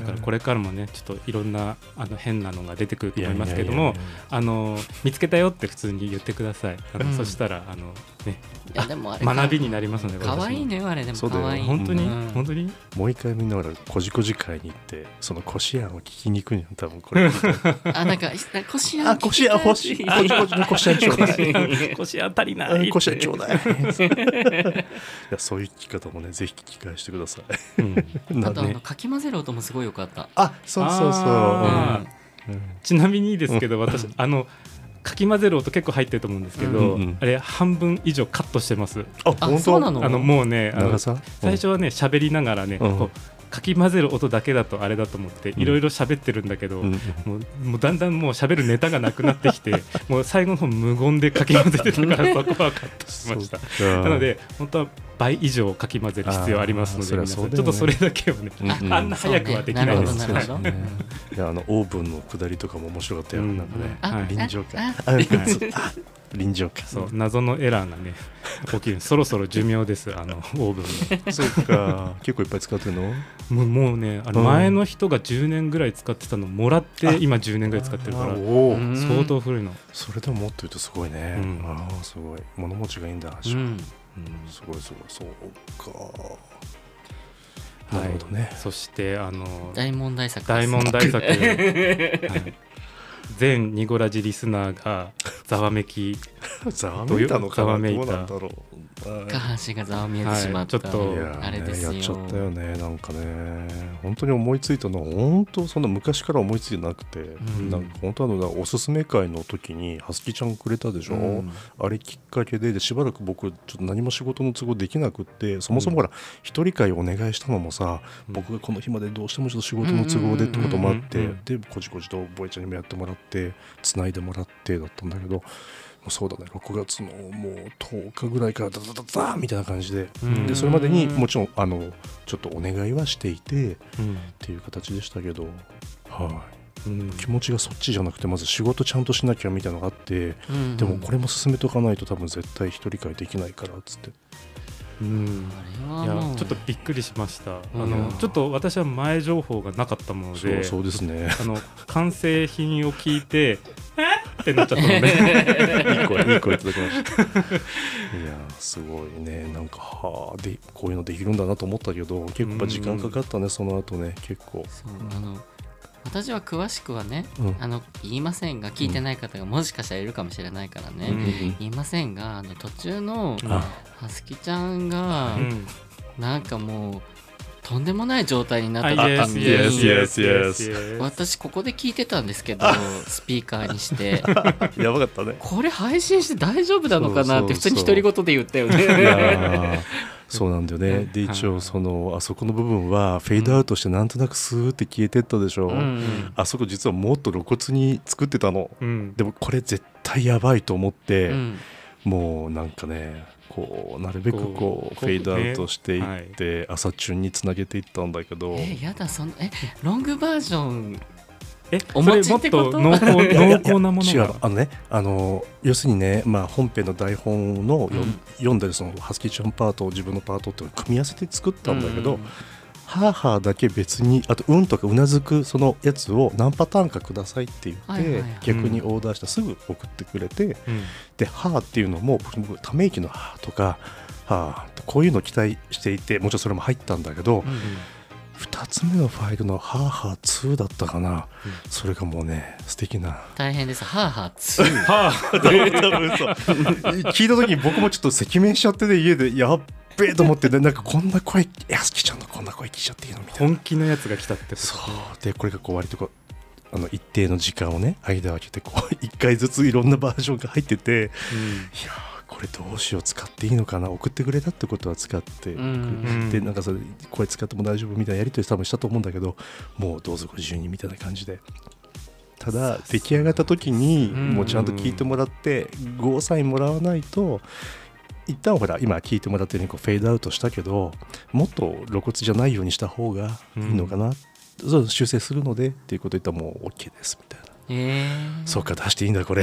Speaker 4: はい、だからこれからもねちょっといろんなあの変なのが出てくると思いますけど
Speaker 3: いや
Speaker 4: も
Speaker 3: いやいやい
Speaker 4: あの見つけたよって普通に言ってくださいあの、
Speaker 2: うん
Speaker 4: そしたらあの、ね、
Speaker 2: いやでもあれ
Speaker 4: 学びになりますので
Speaker 2: かわいい
Speaker 4: ね
Speaker 2: ねあれでも
Speaker 3: そうだ
Speaker 2: か
Speaker 3: よ
Speaker 2: わいい
Speaker 4: 本当に、
Speaker 2: うん
Speaker 4: 本当に
Speaker 3: やもう一回みんながこじこじ会に行ってそのこしあんを聞きに行くには多分これ
Speaker 2: あなんか腰あ
Speaker 3: あこしあん欲しいこじこじのこしあんちょうだい
Speaker 4: 腰当たりな
Speaker 3: あ
Speaker 4: い
Speaker 3: こしあんちょう だいいやそういう聞き方もねぜひ聞き返してください
Speaker 4: う ん
Speaker 2: あとあの
Speaker 3: なね
Speaker 2: かき混ぜる音もすごい良かった
Speaker 3: あそうそうそう
Speaker 4: あ
Speaker 3: うんうん
Speaker 4: ちなみにですけど私あのかき混ぜる音結構入ってると思うんですけど、
Speaker 3: うんうん
Speaker 4: あれ半分以上カットしてます
Speaker 3: あ
Speaker 2: あ
Speaker 3: 本
Speaker 2: そうなの
Speaker 3: 当
Speaker 4: あのもうねあの
Speaker 3: 長さ
Speaker 4: 最初はね喋りながらね、
Speaker 3: うん
Speaker 4: こうかき混ぜる音だけだとあれだと思って
Speaker 3: ん
Speaker 4: いろいろ喋ってるんだけど、
Speaker 3: うんうん
Speaker 4: もうもうだんだんもう喋るネタがなくなってき てもう最後の方無言でかき混ぜてたからそこはカットしました
Speaker 3: た
Speaker 4: なので本当は倍以上かき混ぜる必要ありますので
Speaker 3: あー
Speaker 4: 皆
Speaker 3: そりゃそ
Speaker 4: さん
Speaker 3: うだよね
Speaker 4: ちょっとそれだけをね、
Speaker 3: うんうん
Speaker 4: あんな早くはできないです
Speaker 2: そうねなるほどなるほど
Speaker 4: はい
Speaker 3: いやあのオーブンの下りとかも面白かったよ、
Speaker 4: うん
Speaker 3: なんかね、
Speaker 2: あ
Speaker 4: はい
Speaker 3: 臨場感
Speaker 2: あ
Speaker 3: あそうあ臨場感
Speaker 4: そう謎のエラーがね 起きるそろそろ寿命ですあのオーブン
Speaker 3: そうか結構いっぱい使ってるの
Speaker 4: のもうもうねあの
Speaker 3: うん
Speaker 4: 前の人が10年ぐらい使ってたのもらって今10年ぐらい使ってるか
Speaker 3: あー
Speaker 4: ら
Speaker 3: おー
Speaker 2: うん
Speaker 4: 相当古いの
Speaker 3: それでも持ってるとすごいね、
Speaker 4: うん
Speaker 3: ああすごい物持ちがいいんだ、
Speaker 2: うん
Speaker 3: すごいすごいそうかなる
Speaker 4: はい
Speaker 3: ほど ね
Speaker 4: そしてあの
Speaker 2: 大問題作です
Speaker 4: 大問 題作はい全ニゴラジリスナーがざわめき、
Speaker 3: ざわめいたのか
Speaker 4: ざわ
Speaker 3: な
Speaker 4: めいた
Speaker 3: どうなんだろうはい
Speaker 2: 下半身がざわめいてしまった、
Speaker 4: はいちょっと
Speaker 3: いやーね
Speaker 2: あれですよ
Speaker 3: やっちゃったよねなんかね本当に思いついたのは本当そんな昔から思いついてなくて、
Speaker 2: ん
Speaker 3: なんか本当あのおすすめ会の時にはすきちゃんくれたでしょ、
Speaker 2: うん
Speaker 3: あれきっかけででしばらく僕ちょっと何も仕事の都合できなくってそもそもほら一人会お願いしたのもさ、
Speaker 4: うん
Speaker 3: 僕がこの日までどうしてもちょっと仕事の都合でってこともあって、
Speaker 4: うんうんうん
Speaker 3: でこじこじとボエちゃんにもやってもらってつないでもらってだったんだけどもうそうだね6月のもう10日ぐらいからダダダダダみたいな感じで
Speaker 4: うん
Speaker 3: でそれまでにもちろんあのちょっとお願いはしていてっ
Speaker 4: うん
Speaker 3: ていう形でしたけど、は
Speaker 4: うん
Speaker 3: い、気持ちがそっちじゃなくてまず仕事ちゃんとしなきゃみたいなのがあって
Speaker 2: うん
Speaker 3: でもこれも進めとかないと多分絶対一人会できないからっつって、
Speaker 4: うん
Speaker 2: あれはい
Speaker 4: や
Speaker 2: もう
Speaker 4: ちょっと びっくりしました、
Speaker 2: うん
Speaker 4: あのちょっと私は前情報がなかったもの
Speaker 3: そう
Speaker 4: で
Speaker 3: そうですね
Speaker 4: あの完成品を聞いてえってなっちゃったので
Speaker 3: いい 声いい声いただきましたいやーすごいねなんかはあでこういうのできるんだなと思ったけど結構やっぱ時間かかったねその後ね結構
Speaker 2: そうあの私は詳しくはね、
Speaker 3: うん
Speaker 2: あの言いませんが聞いてない方がもしかしたらいるかもしれないからね、
Speaker 4: うん
Speaker 2: 言いませんがあの途中の
Speaker 3: あ
Speaker 2: はすきちゃんが
Speaker 4: うん
Speaker 2: なんかもうとんでもない状態になって
Speaker 4: あ
Speaker 2: た
Speaker 4: Yes,
Speaker 2: 時
Speaker 4: yes,
Speaker 2: に
Speaker 4: yes, yes, yes.
Speaker 2: 私ここで聞いてたんですけどスピーカーにして
Speaker 3: やばかった ね
Speaker 2: これ配信して大丈夫なのかなって普通に独り言で言ったよ
Speaker 3: い
Speaker 2: ね。
Speaker 3: やーそうなんだよねで一応そのあそこの部分はフェードアウトしてなんとなくスーって消えてったでしょ、
Speaker 2: うん
Speaker 3: あそこ実はもっと露骨に作ってたの
Speaker 4: うん
Speaker 3: でもこれ絶対やばいと思って、
Speaker 2: うん
Speaker 3: もうなんかねこうなるべくこ
Speaker 4: こ
Speaker 3: う
Speaker 4: う
Speaker 3: フェードアウトしていって、朝チュンにつなげていったんだけど、
Speaker 2: えやだそのえロングバージョン
Speaker 4: え
Speaker 2: お
Speaker 4: それ
Speaker 2: 餅
Speaker 4: も
Speaker 2: っ
Speaker 4: って
Speaker 2: こと
Speaker 4: と濃厚濃厚なもの
Speaker 3: 違う
Speaker 4: が
Speaker 3: あのねあの要するにね、まあ、本編の台本の、よ
Speaker 2: うん
Speaker 3: 読んだりそのハスキーちゃんパートを自分のパートっていうのを組み合わせて作ったんだけど、
Speaker 2: うん
Speaker 3: はあはあだけ別にあと「うん」とかうなずくそのやつを何パターンかくださいって言って、
Speaker 2: はいはいはい
Speaker 3: 逆にオーダーしたらすぐ送ってくれて、
Speaker 4: うん
Speaker 3: で「はあ」っていうのも僕僕ため息の「はあ」とか「はあ」とこういうのを期待していてもちろんそれも入ったんだけど、2つ目のファイルの「はあはあ2」だったかな、
Speaker 4: う
Speaker 3: それがもうね素敵な
Speaker 2: 大変ですはあはあつい
Speaker 4: は
Speaker 3: 多分多分そう聞いた時に僕もちょっと赤面しちゃってて家でやっべえと思ってでなんかこんな声やすきちゃんのこんな声聞いちゃっていいのみたいな
Speaker 4: 本気のやつが来たってこと
Speaker 3: そうでこれがこう割とこうあの一定の時間をね間を空けてこう1 回ずついろんなバージョンが入ってていやーこれどうしよう使っていいのかな送ってくれたってことは使って、
Speaker 2: うん
Speaker 4: うん
Speaker 3: でなんかそれこれ使っても大丈夫みたいなやり取り多分したと思うんだけどもうどうぞご自由にみたいな感じでただ出来上がった時に
Speaker 2: うん
Speaker 3: もうちゃんと聞いてもらってゴーサインもらわないと一旦ほら今聞いてもらってるようにこうフェードアウトしたけどもっと露骨じゃないようにした方がいいのかな、そう修正するのでっていうこと言ったらもう OK ですみたいな。
Speaker 2: えー、
Speaker 3: そうか出していいんだこれ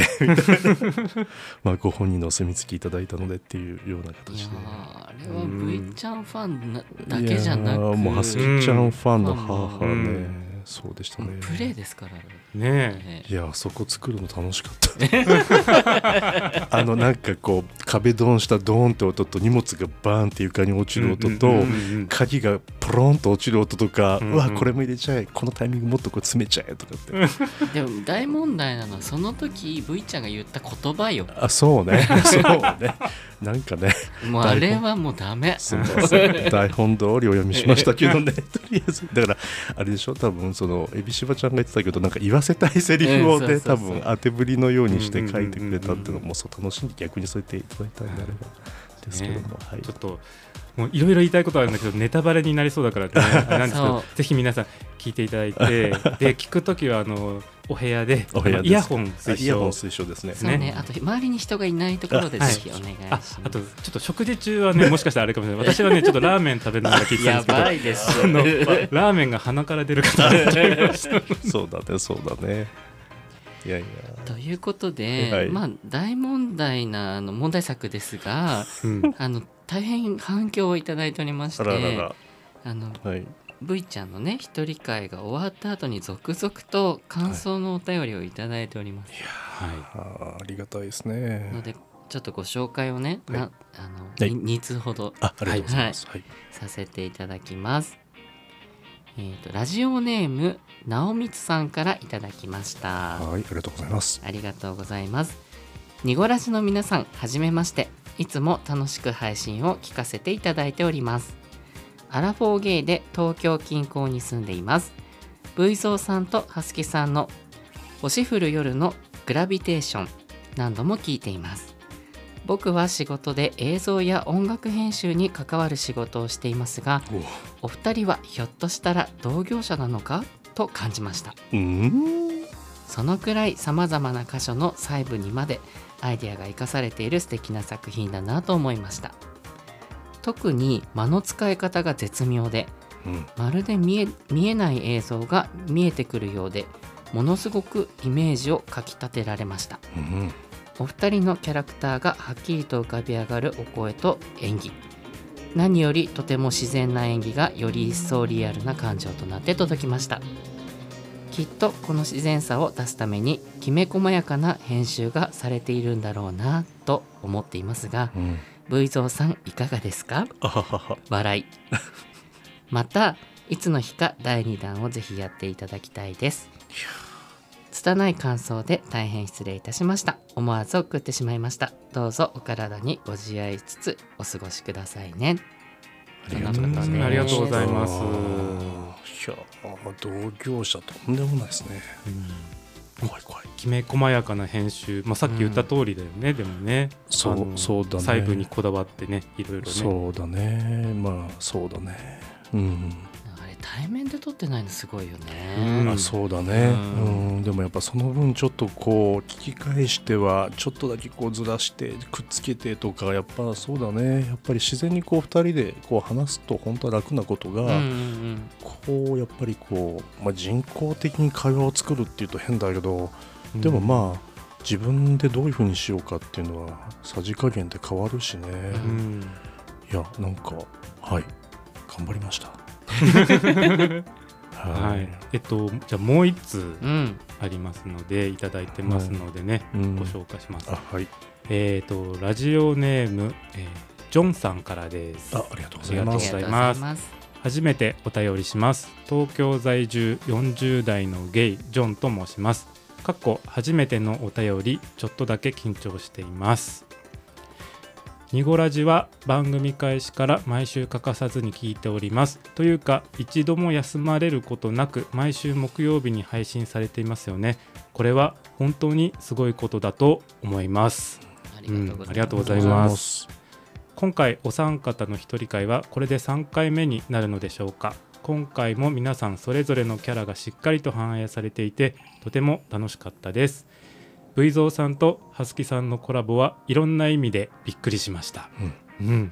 Speaker 3: まあご本人のお墨付きいただいたのでっていうような
Speaker 2: や
Speaker 3: い形で
Speaker 2: ーあれは V ちゃんファンなだけじゃないく
Speaker 3: やーもうハスキ
Speaker 4: う
Speaker 3: ーちゃんファンの
Speaker 2: うん
Speaker 3: 母ね、
Speaker 4: うん
Speaker 3: そうでしたね
Speaker 2: プレイですから
Speaker 4: ね
Speaker 2: ね
Speaker 3: いやあそこ作るの楽しかった あのなんかこう壁ドンしたドーンって音と荷物がバーンって床に落ち
Speaker 4: え
Speaker 3: る音と、
Speaker 4: うんうん
Speaker 3: 鍵がポロンと落ちる音とか、
Speaker 4: う
Speaker 3: うんわこれも入れちゃえこのタイミングもっとこれ詰めちゃえとかって、
Speaker 2: でも大問題なのはその時 V ちゃんが言った言葉よ
Speaker 3: あそう ねそうねなんかね
Speaker 2: もうあれはもうダメ
Speaker 3: すみません 台本通りお読みしましたけ どねとりあえずだからあれでしょ多分そのエビシバちゃんが言ってたけどなんか言わせたいセリフを
Speaker 2: う
Speaker 3: ね
Speaker 2: んそうそ
Speaker 3: 多
Speaker 2: うそう
Speaker 3: 分当てぶりのようにし
Speaker 4: うん
Speaker 3: て
Speaker 4: うん
Speaker 3: 書いてくれたっていうの
Speaker 4: うんうんうん
Speaker 3: もそう楽しんで逆にそう言っていただいたんであればですけども、はい
Speaker 4: ちょっともういろいろ言いたいことあるんだけどネタバレになりそうだからねあれなんですけ
Speaker 2: そ
Speaker 4: ど
Speaker 2: う
Speaker 4: ぜひ皆さん聞いていただいてで聞くときはあのお部屋で
Speaker 3: お部屋です
Speaker 4: イヤホン
Speaker 3: あ
Speaker 4: 推
Speaker 3: イヤホン
Speaker 4: 奨
Speaker 3: 推奨ですね
Speaker 2: そうね
Speaker 4: ね
Speaker 2: あと周りに人がいないところで
Speaker 4: あ
Speaker 2: ぜひお願いし
Speaker 4: あ
Speaker 2: ます
Speaker 4: あとちょっと食事中 はねもしかしたらあれかもしれない私はねちょっとラーメン食べながら聞いてたん
Speaker 2: や
Speaker 4: ですけど
Speaker 2: ばいでし
Speaker 4: あの
Speaker 2: ょ
Speaker 4: ラーメンが鼻から出る方がいました
Speaker 3: そうだねそうだねいやいや
Speaker 2: ということで、
Speaker 3: はい
Speaker 2: まあ大問題なあの問題作ですが
Speaker 4: うん
Speaker 2: あの大変反響をいただいておりまして
Speaker 3: あらら
Speaker 2: あの
Speaker 3: らはい、
Speaker 2: V ちゃんのね一人会が終わった後に続々と感想のお便りをいただいております、
Speaker 4: は
Speaker 3: あーありがたいです
Speaker 2: の
Speaker 3: ね
Speaker 2: でちょっとご紹介をね、
Speaker 3: はい
Speaker 2: なあの
Speaker 3: はい
Speaker 2: 2通ほど
Speaker 3: あありがとうございます、はい
Speaker 2: させていただきます、えっとラジオネーム直光さんからいただきました
Speaker 3: はい、ありがとうございます
Speaker 2: ありがとうございます。にごらしの皆さん、はじめまして。いつも楽しく配信を聞かせていただいております。アラフォーゲイで東京近郊に住んでいます。V ゾーさんとハスキさんの星降る夜のグラビテーション何度も聞いています。僕は仕事で映像や音楽編集に関わる仕事をしていますが、お二人はひょっとしたら同業者なのかと感じました。
Speaker 3: うん
Speaker 2: そのくらい様々な箇所の細部にまでアイデアが生かされている素敵な作品だなと思いました特に間の使い方が絶妙で
Speaker 3: うん
Speaker 2: まるで見え見えない映像が見えてくるようでものすごくイメージをかきたてられました
Speaker 3: うん
Speaker 2: お二人のキャラクターがはっきりと浮かび上がるお声と演技何よりとても自然な演技がより一層リアルな感情となって届きましたきっとこの自然さを出すためにきめ細やかな編集がされているんだろうなと思っていますが
Speaker 3: うん
Speaker 2: V ゾーさんいかがですか
Speaker 3: あははは
Speaker 2: 笑いまたいつの日か第2弾をぜひやっていただきたいです拙い感想で大変失礼いたしました思わず送ってしまいましたどうぞお体にご自愛しつつお過ごしくださいね
Speaker 3: ありがとうございます。
Speaker 2: うんありがとうござい
Speaker 4: ます
Speaker 3: いやー、同業者とんでもないですね。怖い怖い。
Speaker 4: きめ細やかな編集、まあ、さっき言った通りだよね、でもね
Speaker 3: そう
Speaker 4: あの
Speaker 3: そうだね
Speaker 4: 細部にこだわってねいろいろね
Speaker 3: そうだね。まあ、そうだね。うん。
Speaker 2: あれ対面で撮ってないのすごいよ
Speaker 4: うん
Speaker 2: ね、
Speaker 3: あそうだね、
Speaker 4: う
Speaker 3: うんんでもやっぱその分ちょっとこう聞き返してはちょっとだけこうずらしてくっつけてとかやっぱそうだねやっぱり自然にこう2人でこう話すと本当は楽なことが、
Speaker 2: うんうんうん
Speaker 3: こうやっぱりこう、まあ、人工的に会話を作るっていうと変だけど、
Speaker 4: うん
Speaker 3: でもまあ自分でどういうふうにしようかっていうのはさじ加減で変わるしね、
Speaker 4: うん
Speaker 3: いやなんかはい頑張りましたは
Speaker 4: はいい。えっとじゃあもう一通
Speaker 2: うん
Speaker 4: ありますのでいただいてますのでね、
Speaker 3: うん
Speaker 4: ご紹介します。
Speaker 3: あはい
Speaker 4: えっ、とラジオネーム、えージョンさんからです。
Speaker 3: あありがとうございま
Speaker 2: あ
Speaker 3: す
Speaker 2: りがとうございます
Speaker 4: 初めてお便りします東京在住40代のゲイジョンと申しますかっこ初めてのお便りちょっとだけ緊張していますニゴラジは番組開始から毎週欠かさずに聞いておりますというか一度も休まれることなく毎週木曜日に配信されていますよねこれは本当にすごいことだと思います
Speaker 2: あり
Speaker 4: うんありが
Speaker 2: がと
Speaker 4: とう
Speaker 2: うご
Speaker 4: ござ
Speaker 2: ざ
Speaker 4: い
Speaker 2: い
Speaker 4: ます
Speaker 2: ます
Speaker 4: 今回お三方の一人会はこれで3回目になるのでしょうか今回も皆さんそれぞれのキャラがしっかりと反映されていてとても楽しかったです V ゾーさんとハスキさんのコラボはいろんな意味でびっくりしました、うん
Speaker 2: うん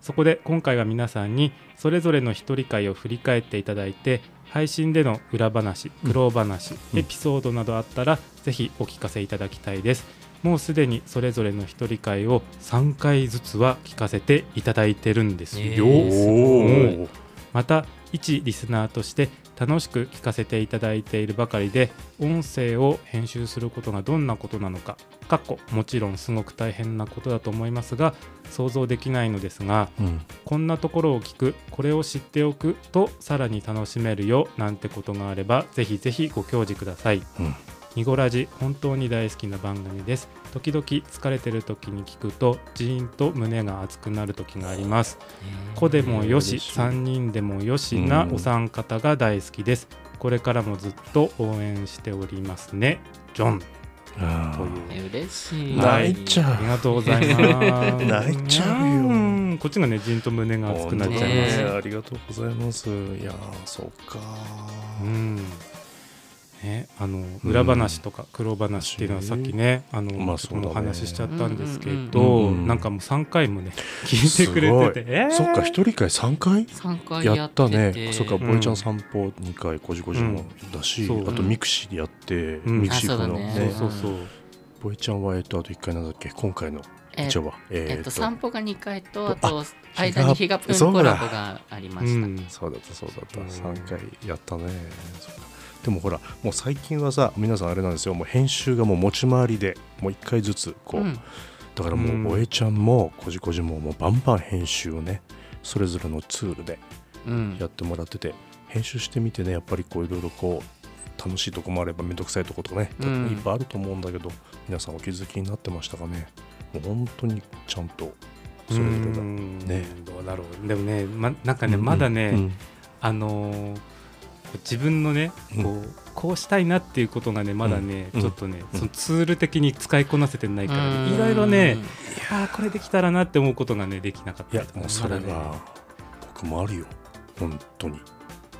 Speaker 4: そこで今回は皆さんにそれぞれの一人会を振り返っていただいて配信での裏話、苦労話、
Speaker 3: うん
Speaker 4: エピソードなどあったらぜひお聞かせいただきたいです。もうすでにそれぞれの一人会を3回ずつは聞かせていただいてるんです
Speaker 2: え
Speaker 4: よ。
Speaker 2: ーす
Speaker 4: うん
Speaker 3: おお
Speaker 4: また一リスナーとして楽しく聞かせていただいているばかりで音声を編集することがどんなことなのかかっこもちろんすごく大変なことだと思いますが想像できないのですが
Speaker 3: うん
Speaker 4: こんなところを聞くこれを知っておくとさらに楽しめるよなんてことがあればぜひぜひご教示ください
Speaker 3: うん
Speaker 4: ニゴラジ本当に大好きな番組です時々疲れてる時に聞くとジーンと胸が熱くなる時があります子でもよし
Speaker 3: 嬉しい
Speaker 4: 3人でもよしな
Speaker 3: うん
Speaker 4: お三方が大好きですこれからもずっと応援しておりますねジョン
Speaker 3: あ
Speaker 4: という
Speaker 2: ね嬉しい
Speaker 3: 泣いち
Speaker 4: あ
Speaker 3: ゃ
Speaker 4: りがとうございま す
Speaker 3: 泣いちゃうよ
Speaker 4: んこっちがねジーンと胸
Speaker 3: う
Speaker 4: が熱くなっちゃいます
Speaker 2: ね
Speaker 3: ありがとうございますいやーそうか
Speaker 4: うんね、あの裏話とか苦労話っていうのはさっきね、あの、
Speaker 3: まあ
Speaker 4: ちょっとも
Speaker 3: そう
Speaker 4: お
Speaker 3: だね
Speaker 4: 話ししちゃったんですけど、
Speaker 2: うん
Speaker 3: うんうんうん
Speaker 4: なんかもう3回もね聞いてくれてて、えー
Speaker 3: そっか一人会3回
Speaker 2: 三回
Speaker 3: や
Speaker 2: やっ
Speaker 3: った
Speaker 2: てて
Speaker 3: ねそっか
Speaker 4: ん
Speaker 3: ボイちゃん散歩2回こじこじもだし
Speaker 4: うんそう
Speaker 3: あとミクシーでやって
Speaker 4: うん
Speaker 3: ミクシー
Speaker 2: あ
Speaker 3: こ
Speaker 2: そう
Speaker 3: の
Speaker 2: だね
Speaker 4: そう
Speaker 3: ね
Speaker 4: そうそう、
Speaker 3: ボイちゃんはえっとあと1回なんだっけ今回の
Speaker 2: え
Speaker 3: 一応は
Speaker 2: え
Speaker 3: え
Speaker 2: っ
Speaker 3: っ
Speaker 2: と
Speaker 3: と
Speaker 2: 散歩が二回と
Speaker 3: あ
Speaker 2: あと間にヒガプン
Speaker 3: そうだ
Speaker 2: コラボがありま
Speaker 4: う
Speaker 2: した
Speaker 4: ん、
Speaker 3: そうだったそうだった
Speaker 4: うん
Speaker 3: 3回やったねそっかでもほらもう最近はさ皆さんあれなんですよもう編集がもう持ち回りでもう1回ずつこう、
Speaker 2: うん
Speaker 3: だからもううんボエちゃんもこじこじももうバンバン編集をねそれぞれのツールで
Speaker 2: うん
Speaker 3: やってもらってて編集してみてねやっぱりこういろいろこう楽しいとこもあれば面倒くさいとことかね、
Speaker 2: うん
Speaker 3: いっぱいあると思うんだけど皆さんお気づきになってましたかねもう本当にちゃんとそれぞれが
Speaker 4: うん
Speaker 3: ね
Speaker 4: どうだろうでもね、ま、なんかね、
Speaker 3: うん
Speaker 4: まだね、
Speaker 3: うん
Speaker 4: あのー自分のね
Speaker 3: うん
Speaker 4: こうこうしたいなっていうことがねまだね、
Speaker 3: うん
Speaker 4: ちょっとね、
Speaker 3: うん
Speaker 4: そのツール的に使いこなせてないから、ね
Speaker 2: うん
Speaker 4: いろいろねああこれできたらなって思うことがねできなかっ
Speaker 3: い
Speaker 4: た
Speaker 3: や
Speaker 4: りとか
Speaker 3: もうそれ
Speaker 4: まだね
Speaker 3: が僕もあるよ本当に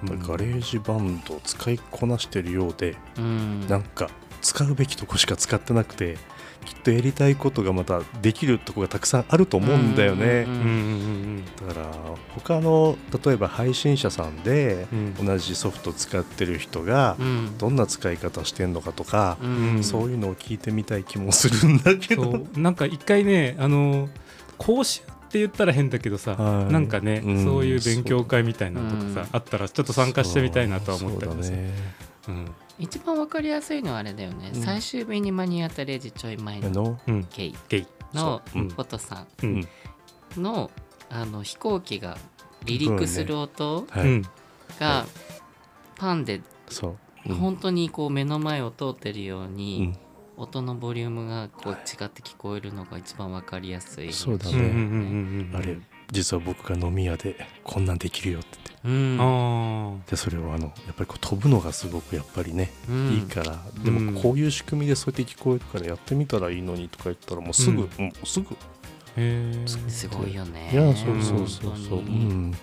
Speaker 4: うん
Speaker 3: ガレージバンドを使いこなしてるようで
Speaker 2: うん
Speaker 3: なんか使うべきとこしか使ってなくてきっとやりたいことがまたできるとこがたくさんあると思うんだよ
Speaker 2: う
Speaker 3: ね
Speaker 4: うんん
Speaker 2: う
Speaker 4: うん
Speaker 2: ん
Speaker 3: だから他の例えば配信者さんで
Speaker 4: うんうん
Speaker 3: 同じソフト使ってる人が
Speaker 2: うん
Speaker 3: どんな使い方してんのかとか
Speaker 2: うん
Speaker 3: そういうのを聞いてみたい気もするんだけど
Speaker 4: そう なんか一回ねあの講習って言ったら変だけどさ、
Speaker 3: はい
Speaker 4: なんかね、
Speaker 3: うん
Speaker 4: そういう勉強会みたいなのとかさ、
Speaker 2: うん
Speaker 4: あったらちょっと参加してみたいなとは思ったり
Speaker 3: そう
Speaker 4: も
Speaker 3: だ
Speaker 4: する
Speaker 3: ね
Speaker 4: うん
Speaker 2: 一番わかりやすいのはあれだよね
Speaker 3: うん
Speaker 2: 最終日に間に合ったレジちょい前
Speaker 3: あ
Speaker 2: の
Speaker 3: の
Speaker 4: うん
Speaker 2: ケイ
Speaker 4: ゲイ
Speaker 2: の
Speaker 3: そううん
Speaker 2: フォトさ
Speaker 4: うん
Speaker 3: うん
Speaker 2: んのあの飛行機が離陸する音
Speaker 3: はい
Speaker 4: うん
Speaker 2: がパンで
Speaker 3: そううん
Speaker 2: 本当にこう目の前を通ってるよう
Speaker 3: う
Speaker 2: に
Speaker 3: ん
Speaker 2: 音のボリュームがこう違って聞こえるのが一番わかりやすい
Speaker 3: そうだ
Speaker 4: うんうん
Speaker 3: ね
Speaker 4: うんうん
Speaker 3: あれ実は僕が飲み屋でこんなんできるよって言って
Speaker 2: うん
Speaker 4: あ
Speaker 3: でそれをあのやっぱりこう飛ぶのがすごくやっぱりね、
Speaker 2: うん
Speaker 3: いいからで
Speaker 4: うん
Speaker 3: もこういう仕組みでそうやって聞こえるからやってみたらいいのにとか言ったらもうすぐ、
Speaker 4: うん
Speaker 3: もうすぐ
Speaker 4: ーへー
Speaker 2: すごいよね
Speaker 3: いやそうそうそうそう、
Speaker 2: 本
Speaker 3: う
Speaker 2: 当に
Speaker 3: ん、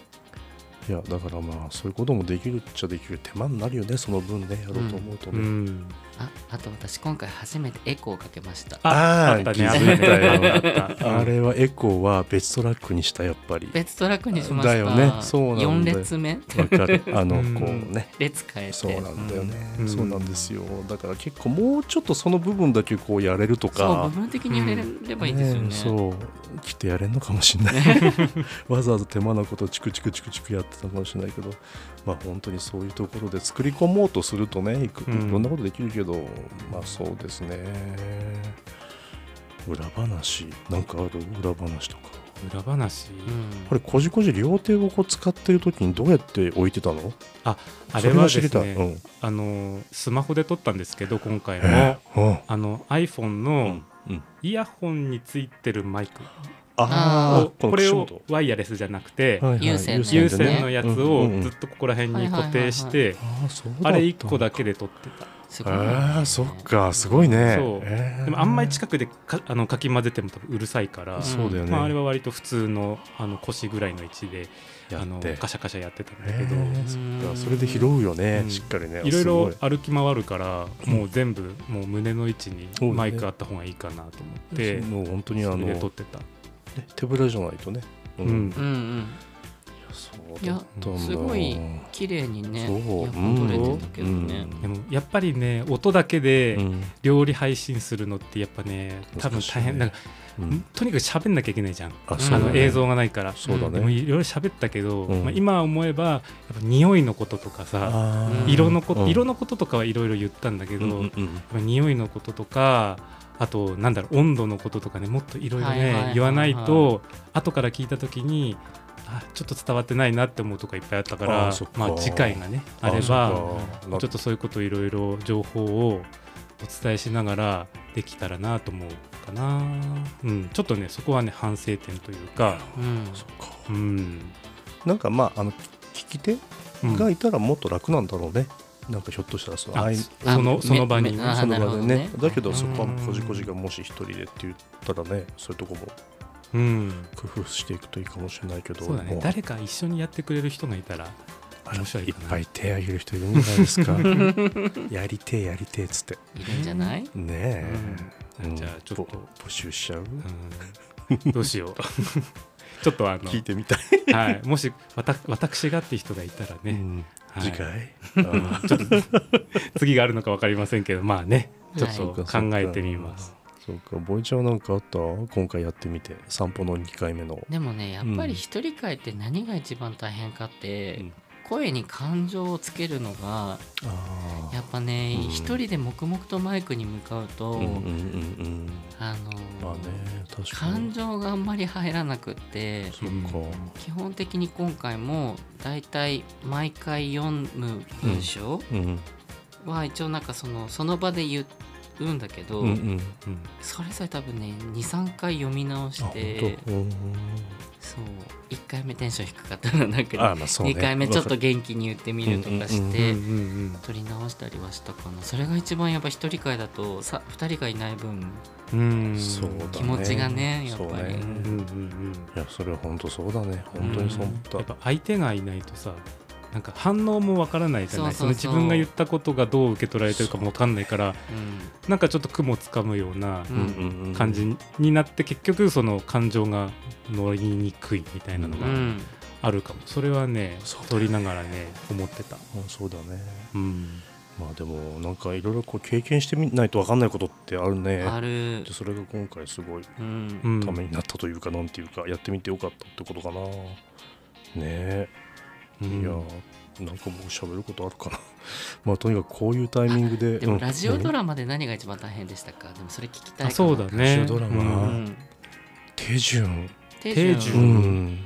Speaker 3: いやだからまあそういうこともできるっちゃできる手間になるよねその分ねやろうと思うと
Speaker 4: う
Speaker 3: ね、
Speaker 4: ん
Speaker 2: ああと私今回初めてエコーをかけました
Speaker 3: あ
Speaker 4: あ
Speaker 3: ー
Speaker 4: った
Speaker 3: 気
Speaker 4: ね
Speaker 3: づいたよ
Speaker 4: あったねあった
Speaker 3: あれはエコーは別トラックにしたやっぱり
Speaker 2: 別トラックにしました
Speaker 3: だよねそうなんだよ
Speaker 2: 4列目
Speaker 3: わかるあの
Speaker 4: うん
Speaker 3: こうね
Speaker 2: 列変えて
Speaker 3: そうなんだよね、
Speaker 4: うん
Speaker 3: そうなんですよだから結構もうちょっとその部分だけこうやれるとか
Speaker 2: そう部分的にやれればいいですよね
Speaker 3: え そうきっとやれんのかもしれないわざわざ手間なことチクチクチクチクやっってたかもしれないけど、まあ、本当にそういうところで作り込もうとするとねいく
Speaker 4: うん
Speaker 3: いろんなことできるけど、まあそうですね裏話なんかある裏話とか
Speaker 4: 裏話、
Speaker 2: うん
Speaker 3: あれこじこじ両手をこう使ってる時にどうやって置いてたの
Speaker 4: あれはで
Speaker 3: そが知り
Speaker 4: す
Speaker 3: たい、う
Speaker 4: ね
Speaker 3: ん
Speaker 4: あのスマホで撮ったんですけど今回も、
Speaker 3: ええうん
Speaker 4: あの iPhone の
Speaker 3: うん
Speaker 4: イヤホンについてるマイク
Speaker 2: あ
Speaker 3: あ
Speaker 4: を
Speaker 3: あ
Speaker 4: これをワイヤレスじゃなくて、
Speaker 2: 有線の
Speaker 4: 有
Speaker 2: やつね
Speaker 4: 線のやつをずっとここら辺に固定して
Speaker 3: あーそうだった
Speaker 4: あれ1個だけで撮ってた
Speaker 2: す
Speaker 3: え
Speaker 2: ごいね
Speaker 3: ー、そっかすごいね
Speaker 4: そう
Speaker 3: えー
Speaker 4: でもあんまり近くでかあのかき混ぜても多分うるさいから、
Speaker 2: うん
Speaker 3: そうだよね、
Speaker 4: まあ、あれは割と普通のあの腰ぐらいの位置で
Speaker 3: や
Speaker 4: あ
Speaker 3: っ
Speaker 4: の
Speaker 3: て
Speaker 4: カシャカシャやってたんだけ
Speaker 3: え
Speaker 4: ど、
Speaker 3: ーそっかそれで拾うよね、
Speaker 4: うん
Speaker 3: しっかりね
Speaker 4: いろい
Speaker 3: すご
Speaker 4: ろ歩き回るからもう全部もう胸の位置に
Speaker 3: そうだね
Speaker 4: マイクあった方がいいかなと思って、
Speaker 3: もう本当にあ
Speaker 4: そ
Speaker 3: の、
Speaker 4: れで撮っ
Speaker 3: ね
Speaker 4: てた。
Speaker 3: 手ぶらじゃないとね、う
Speaker 4: うん
Speaker 2: うんうん
Speaker 3: そうだったんだ
Speaker 2: いやすごい綺麗にね
Speaker 3: そう
Speaker 2: やっぱ撮れてたけどね
Speaker 3: うん
Speaker 4: でもやっぱりね音だけ
Speaker 3: う
Speaker 4: で
Speaker 3: ん
Speaker 4: 料理配信するのってやっぱね多分大変
Speaker 3: 難しいね
Speaker 4: なん
Speaker 3: う
Speaker 4: か
Speaker 3: ん
Speaker 4: とにかく喋んなきゃいけないじゃん
Speaker 3: あ
Speaker 2: ん
Speaker 3: そう
Speaker 4: あ
Speaker 3: だね
Speaker 4: の映像がないから。
Speaker 3: そうだ
Speaker 4: でも
Speaker 3: ね
Speaker 4: いろいろ喋ったけど、
Speaker 3: うん
Speaker 4: まあ、今思えばやっぱ匂いのこととかさ
Speaker 3: あー
Speaker 4: 色のこと、
Speaker 3: うん
Speaker 4: 色のこととかはいろいろ言ったんだけど、
Speaker 3: うん
Speaker 4: や
Speaker 3: う
Speaker 4: っ
Speaker 3: んうん
Speaker 4: ぱ匂いのこととかあとなんだろう温度のこととかねもっといろいろ
Speaker 2: はいはいはいは
Speaker 4: ね
Speaker 2: い
Speaker 4: 言わないと後から聞いた時にあちょっと伝わってないなって思うとかいっぱいあったから
Speaker 3: あーそっか
Speaker 4: まあ、次回がねあれば
Speaker 3: そっか
Speaker 4: ちょっとそういうこといろいろ情報をお伝えしながらできたらなと思うかな、うん、ちょっとねそこはね反省点というか、
Speaker 2: うん
Speaker 3: そっか
Speaker 4: うん
Speaker 3: なんかまああの聞き手
Speaker 4: うん
Speaker 3: がいたらもっと楽なんだろうね、なんかひょっとしたらその
Speaker 4: あ
Speaker 3: あい
Speaker 2: あ
Speaker 4: そのその場に
Speaker 2: めめあー
Speaker 3: その
Speaker 2: なる
Speaker 3: 場
Speaker 2: ほ
Speaker 3: で
Speaker 2: ど
Speaker 3: ね
Speaker 2: ね
Speaker 3: だけどそこは
Speaker 4: うん
Speaker 3: こじこじがもし一人でって言ったらねそういうとこも
Speaker 4: うん、
Speaker 3: 工夫していくといいかもしれないけど
Speaker 4: そうだね
Speaker 3: も
Speaker 4: 誰か一緒にやってくれる人がいたら
Speaker 3: あの
Speaker 4: 面白い
Speaker 3: いっ
Speaker 4: かな
Speaker 3: ぱい手あげる人いるんじゃないですか やりてえやりてえっつって
Speaker 2: いるんじゃない
Speaker 3: ねえ、
Speaker 4: うんじゃあちょっと
Speaker 3: ぼ募集しちゃう、
Speaker 4: うんどうしよう ちょっとあ
Speaker 3: 聞いてみたい、
Speaker 4: の、はい、もしわた私がって人がいたら
Speaker 3: う
Speaker 4: ね、
Speaker 3: ん
Speaker 4: はい
Speaker 3: 次 回あ
Speaker 4: ちょっと次があるのか分かりませんけどまあねちょっ
Speaker 2: そ
Speaker 4: と
Speaker 2: う
Speaker 4: 考
Speaker 3: かそうか
Speaker 4: えてみます、
Speaker 3: ーそうかボイちゃんはなんかあった今回やってみて散歩の2回目の
Speaker 2: でもねやっぱり一人会って何が一番大変かって、
Speaker 3: うん
Speaker 2: 声に感情をつけるのが
Speaker 3: あ
Speaker 2: やっぱね
Speaker 3: うん
Speaker 2: 一、人で黙々とマイクに向かうと、
Speaker 3: うんうんうんうん
Speaker 2: あの
Speaker 3: まあね確か
Speaker 2: 感
Speaker 3: に
Speaker 2: 情があんまり入らなくって
Speaker 3: そっか
Speaker 2: 基本的に今回もだいたい毎回読む文章
Speaker 3: うん
Speaker 2: は一応なんかそのその場で言うんだけど、
Speaker 3: うんうん
Speaker 4: うん
Speaker 2: それさえ多分ね23回読み直し
Speaker 3: あ
Speaker 2: て
Speaker 3: 本当うん
Speaker 2: そう1回目テンション低かったらなんか
Speaker 3: あまあそうね
Speaker 2: 2回目ちょっと元気に言ってみるとかし
Speaker 3: うん
Speaker 4: うんう
Speaker 2: て
Speaker 4: ん
Speaker 2: 撮り直したりはしたかなそれが一番やっぱ一人会だとさ2人がいない分
Speaker 4: うんうん
Speaker 3: そうだね
Speaker 2: 気持ちがねやっぱり
Speaker 3: そうね
Speaker 4: うんうんうん
Speaker 3: いやそれは本当そうだね本当にそう思った、
Speaker 4: やっぱ相手がいないとさなんか反応もわからないじゃない
Speaker 2: そうそうそう
Speaker 4: その自分が言ったことがどう受け取られてるかもわかんないからなんかちょっと雲つかむような
Speaker 2: う
Speaker 3: うんんうんうん
Speaker 4: 感じになって結局その感情が乗りにくいみたいなの
Speaker 2: う
Speaker 4: が
Speaker 2: ん
Speaker 4: あるかもそれはね
Speaker 3: そうだね
Speaker 4: 撮りながらね思ってた、
Speaker 3: うんそうだね
Speaker 4: うん、
Speaker 3: まあでもなんかいろいろこう経験してみないと分かんないことってあるね
Speaker 2: ある
Speaker 3: でそれが今回すごい
Speaker 2: うん
Speaker 4: うん
Speaker 3: ためになったというか、なんていうかやってみてよかったってことかなねえ、
Speaker 4: うん
Speaker 3: いやーなんかもう喋ることあるかな まあとにかくこういうタイミングで
Speaker 2: でもラジオドラマで何が一番大変でしたかでもそれ聞きたいかな
Speaker 4: あそうだね
Speaker 3: ラジオドラマ
Speaker 2: う
Speaker 4: うん
Speaker 2: ん
Speaker 3: 手順
Speaker 2: 手
Speaker 4: 手
Speaker 3: うん、
Speaker 4: 順
Speaker 2: 順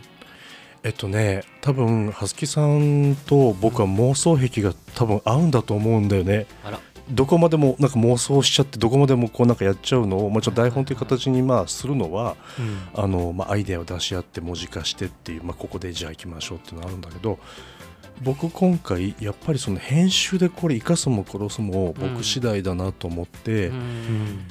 Speaker 3: えっとね多分はすきさんと僕は妄想癖が多分合うんだと思うんだよね
Speaker 2: あら
Speaker 3: どこまでもなんか妄想しちゃってどこまでもこうなんかやっちゃうのを、まあ、ちょっと台本という形にまあするのは
Speaker 4: うん
Speaker 3: あの、まあ、アイデアを出し合って文字化してっていう、まあ、ここでじゃあ行きましょうっていうのがあるんだけど僕今回やっぱりその編集でこれ生かすも殺すも
Speaker 2: うん
Speaker 3: 僕次第だなと思って、
Speaker 2: うん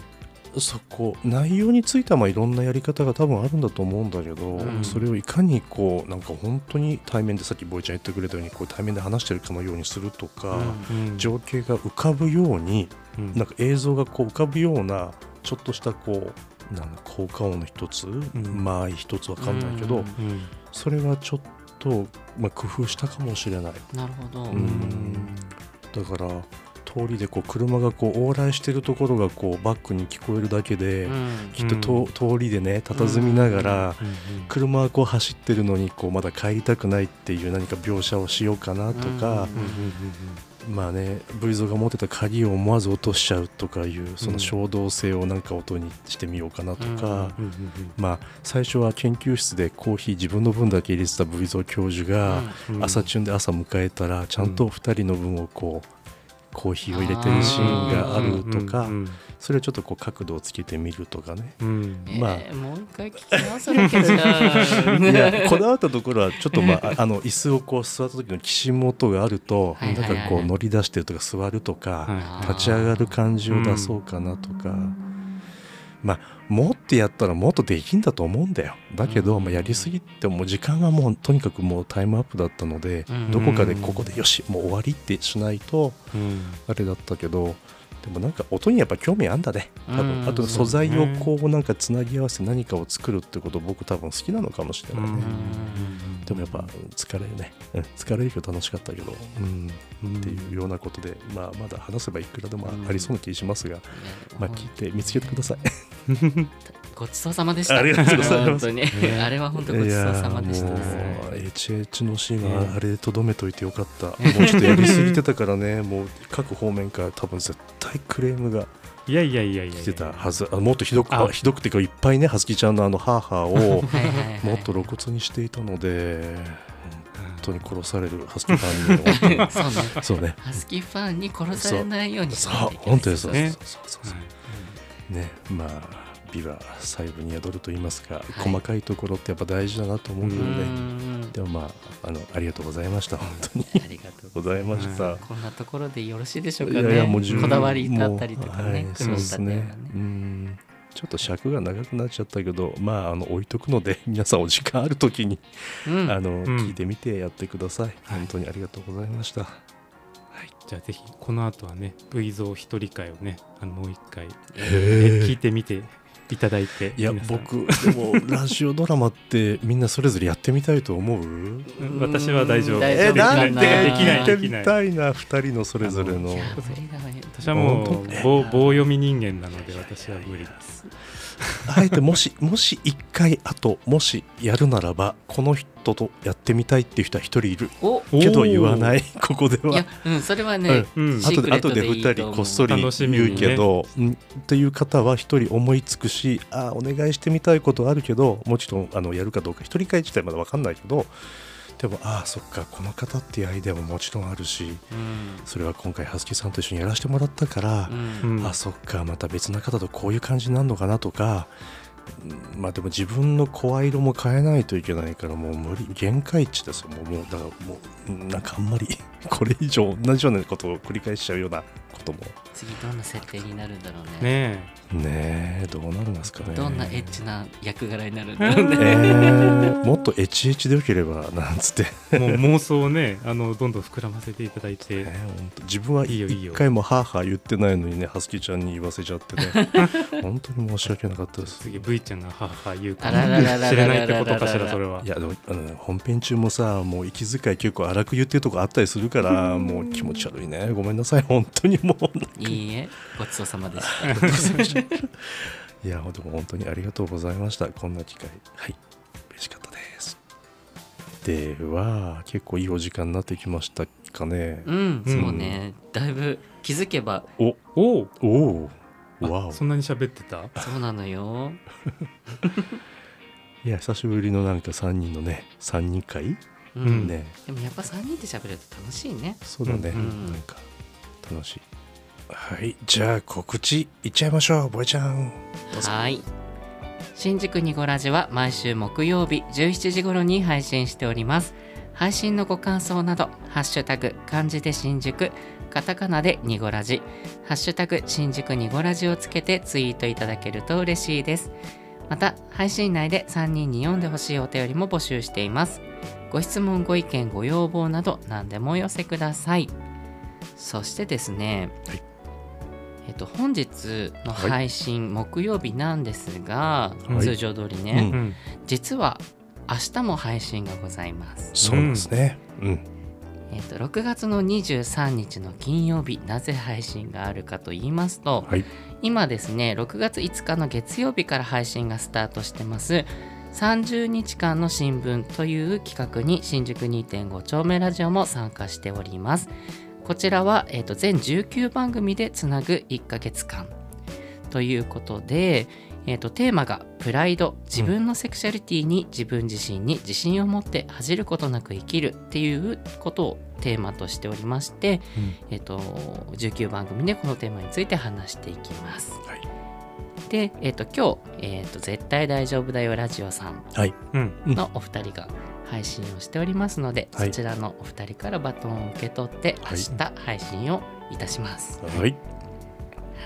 Speaker 3: そこ内容についてはまあいろんなやり方が多分あるんだと思うんだけど、
Speaker 2: うん
Speaker 3: それをいかにこうなんか本当に対面でさっきボイちゃん言ってくれたようにこう対面で話してるかのようにするとか、
Speaker 4: うん
Speaker 3: 情景が浮かぶように
Speaker 4: うん
Speaker 3: なんか映像がこう浮かぶようなちょっとしたこうなんか効果音の一つ、
Speaker 4: ん
Speaker 3: まあ一つわかんないけど、
Speaker 2: うん
Speaker 4: うん
Speaker 3: それはちょっと、まあ、工夫したかもしれない
Speaker 2: なるほど
Speaker 3: うんだからと通りでこう車がこう往来してるところがこうバックに聞こえるだけで、
Speaker 2: うん
Speaker 3: きっとと、通りでね佇みながら、
Speaker 4: うん
Speaker 3: 車はこう走ってるのにこうまだ帰りたくないっていう何か描写をしようかなとか、
Speaker 4: うんうん
Speaker 3: まあね V 像が持ってた鍵を思わず落としちゃうとかいうその衝動性をなんか音にしてみようかなとか、
Speaker 4: うんうんうんうん
Speaker 3: まあ、最初は研究室でコーヒー自分の分だけ入れてた V 像教授が、
Speaker 4: うん
Speaker 3: 朝チュンで朝迎えたらちゃんと2人の分をこうコーヒーを入れてるシーンがあるとか
Speaker 4: うん
Speaker 3: それをちょっとこう角度をつけてみるとかね。
Speaker 4: うんうん
Speaker 2: えー
Speaker 3: まあ
Speaker 2: もう一回聞き直さなきゃじ ゃん
Speaker 3: いやこだわったところはちょっとまあ ああの椅子をこう座った時の岸元があると
Speaker 2: はい
Speaker 3: な
Speaker 2: は
Speaker 3: ん
Speaker 2: いはい
Speaker 3: かこう乗り出してるとか座るとか
Speaker 4: は
Speaker 3: 立ち上がる感じを出そうかなとかまあ持ってやったらもっとできんだと思うんだよだけ
Speaker 2: う
Speaker 3: ど
Speaker 2: ん
Speaker 3: まあやりすぎてもう時間がもうとにかくもうタイムアップだったので
Speaker 2: うん
Speaker 3: どこかでここでよしもう終わりってしないと
Speaker 4: いうん
Speaker 3: あれだったけどでもなんか音にやっぱ興味あんだね多
Speaker 2: う
Speaker 3: 分
Speaker 2: ん
Speaker 3: あと素材をこうなんかつなぎ合わせて何かを作るってこと僕多分好きなのかもしれないね。でもやっぱ疲れるね、うん疲れるけど楽しかったけど、うん、
Speaker 4: うん
Speaker 3: っていうようなことで、まあ、まだ話せばいくらでもありそうな気しますが、まあ、聞いて見つけてください。
Speaker 2: ごちそうさまでした。
Speaker 3: ありがとうございます
Speaker 2: 本当に、
Speaker 4: ね
Speaker 2: あれは本当ごちそうさまでした
Speaker 3: い
Speaker 2: で
Speaker 3: や
Speaker 2: す
Speaker 3: ー
Speaker 2: ね。
Speaker 3: もう HH のシーン
Speaker 4: ね
Speaker 3: はあれでとどめといてよかった、もうちょっとやりすぎてたからねもう各方面から多分絶対クレームが
Speaker 4: いやいやいやいや
Speaker 3: 来てたはずあもっとひどく
Speaker 4: あ
Speaker 3: ひどくてかいっぱいねはずきちゃんのあのハーハーを
Speaker 2: はいはいはい
Speaker 3: もっと露骨にしていたので本当に殺されるはずきファンには本当に
Speaker 2: そうね。
Speaker 3: そうね
Speaker 2: ハスキーファンに殺されないようにし
Speaker 3: そ
Speaker 2: な
Speaker 3: う
Speaker 2: きゃいけない
Speaker 3: 本当にそう
Speaker 4: ね
Speaker 3: そうそうそうそう
Speaker 4: はい
Speaker 3: ねまあ美は細部に宿ると言いますか、
Speaker 2: い
Speaker 3: 細かいところってやっぱ大事だなと思うけど
Speaker 2: う
Speaker 3: ね、
Speaker 2: ん
Speaker 3: でもまああのありがとうございました本当に
Speaker 2: ありがとうござい
Speaker 3: ございました、
Speaker 4: は
Speaker 2: ます。こんなところでよろしいでしょう
Speaker 3: い
Speaker 2: か
Speaker 3: やい
Speaker 2: ね。
Speaker 3: やもう十分
Speaker 2: こだわりだったりとかね、
Speaker 3: もうはい
Speaker 2: 苦
Speaker 3: そう
Speaker 2: 労
Speaker 3: で
Speaker 2: した
Speaker 3: す
Speaker 2: 点が
Speaker 3: ねう
Speaker 2: ね。
Speaker 3: んちょっと尺が長くなっちゃったけどまああの置いとくので 皆さんお時間ある時に、
Speaker 2: うん
Speaker 3: あの
Speaker 4: ん
Speaker 3: 聞いてみてやってください、
Speaker 4: はい
Speaker 3: 本当にありがとうございました、
Speaker 4: じゃあぜひこの後はね V 像一人会をねあのもう一回、ね、
Speaker 3: へー
Speaker 4: 聞いてみていただいて
Speaker 3: いや
Speaker 4: 皆さん
Speaker 3: 僕でもラジオドラマってみんなそれぞれやってみたいと思う
Speaker 4: うん私は大丈夫
Speaker 2: 大
Speaker 4: で
Speaker 2: 丈夫
Speaker 3: えな
Speaker 4: きな
Speaker 3: いんで
Speaker 4: できない
Speaker 3: や
Speaker 4: で
Speaker 3: っ
Speaker 4: き
Speaker 3: て
Speaker 4: ない
Speaker 3: みたいな2人のそれぞれ
Speaker 4: あ
Speaker 3: の
Speaker 2: いや無理だわよ
Speaker 4: 私はも
Speaker 3: 本
Speaker 4: うぼう棒読み人間なので私は無理です
Speaker 3: あえてもしもし1回あともしやるならばこの人とやってみたいっていう人は1人いる
Speaker 2: お
Speaker 3: けど言わないいここで
Speaker 2: いや
Speaker 3: は。、
Speaker 2: うん、それはね、
Speaker 4: うん
Speaker 2: シーク
Speaker 3: 後で
Speaker 2: レット
Speaker 3: 後で
Speaker 2: でいいと
Speaker 3: 2
Speaker 2: 思う
Speaker 3: 人こっそり
Speaker 4: 楽しみにね
Speaker 3: 言うけど、うんっていう方は1人思いつくしあーお願いしてみたいことあるけどもちろんあのやるかどうか1人会自体まだ分かんないけどでもああそっかこの方っていうアイデアももちろんあるし
Speaker 2: うん
Speaker 3: それは今回はすきさんと一緒にやらせてもらったから
Speaker 2: う、ん
Speaker 4: うん
Speaker 3: あそっかまた別な方とこういう感じになるのかなとかうんまあでも自分の声色も変えないといけないからもう無理限界値ですよもうもうだからもううんなんかあんまり これ以上同じようなことを繰り返しちゃうようなことも
Speaker 2: 次どんな設定になるんだろうね。
Speaker 4: ね
Speaker 3: ねえどうなるんですかね
Speaker 2: どんなエッチな役柄になるんだろう
Speaker 3: え
Speaker 2: ね。
Speaker 3: ーもっとエッチエッチでよければなんつって、ね
Speaker 4: えもう妄想をね あのどんどん膨らませていただいて、
Speaker 3: ほんと自分はい
Speaker 4: いよいい
Speaker 3: 一
Speaker 4: よ
Speaker 3: 回もハーハー言ってないのにねはすきちゃんに言わせちゃっ てね本当に申し訳なかったです
Speaker 4: 次 V ちゃんがはは言うか
Speaker 2: あらららららら
Speaker 4: 知らないってことかしらそれはい
Speaker 3: やでもあの本編中もさもう息遣い結構荒く言ってるとこあったりするからもう気持ち悪いねごめんなさい本当にもう
Speaker 2: いいえ、ごちそうさまでした。
Speaker 3: いやでも本当にありがとうございましたこんな機会はい嬉しかったですでは結構いいお時間になってきましたかね
Speaker 2: うん、
Speaker 4: うん
Speaker 2: そうね、だいぶ気づけば
Speaker 3: お
Speaker 4: おお
Speaker 3: おお
Speaker 4: あ
Speaker 3: わお
Speaker 4: そんなに喋ってた
Speaker 2: そうなのよ。
Speaker 3: いや久しぶりのなんか3人のね3人会、
Speaker 2: う、
Speaker 4: うん
Speaker 3: ね
Speaker 2: でもやっぱ3人で喋ると楽しいね。
Speaker 3: そうだね、
Speaker 4: う
Speaker 2: う
Speaker 4: ん
Speaker 2: ん
Speaker 3: なんか楽しいはいじゃあ告知いっちゃいましょうボイちゃんどうぞ
Speaker 2: はい。新宿ニゴラジは毎週木曜日17時頃に配信しております。配信のご感想など、ハッシュタグ漢字で新宿、カタカナでニゴラジ、ハッシュタグ新宿ニゴラジをつけてツイートいただけると嬉しいです。また、配信内で3人に読んでほしいお便りも募集しています。ご質問、ご意見、ご要望など何でもお寄せください。そしてですね、
Speaker 3: はい
Speaker 2: えっと、本日の
Speaker 3: はい
Speaker 2: 配信、木曜日なんですが、
Speaker 3: はい
Speaker 2: 通常通りね、
Speaker 3: うん
Speaker 4: うん
Speaker 2: 実は明日も配信がございます。
Speaker 3: そうですね。うん。
Speaker 2: えっと6月の23日の金曜日なぜ配信があるかと言いますと、
Speaker 3: はい
Speaker 2: 今ですね6月5日の月曜日から配信がスタートしてます30日間の新聞という企画に新宿2.5丁目ラジオも参加しておりますこちらは、えーと全19番組でつなぐ1ヶ月間ということで、えーとテーマが「プライド自分のセクシャリティに自分自身に自信を持って恥じることなく生きる」っていうことをテーマとしておりまして、えっと19番組でこのテーマについて話していきます。
Speaker 3: はい
Speaker 2: で、えっと今日、えっと「絶対大丈夫だよラジオ」さん
Speaker 3: はい
Speaker 4: うん
Speaker 2: のお二人が配信をしておりますので、
Speaker 3: はい
Speaker 2: そちらのお二人からバトンを受け取って
Speaker 3: はい
Speaker 2: 明日配信をいたします。
Speaker 3: はい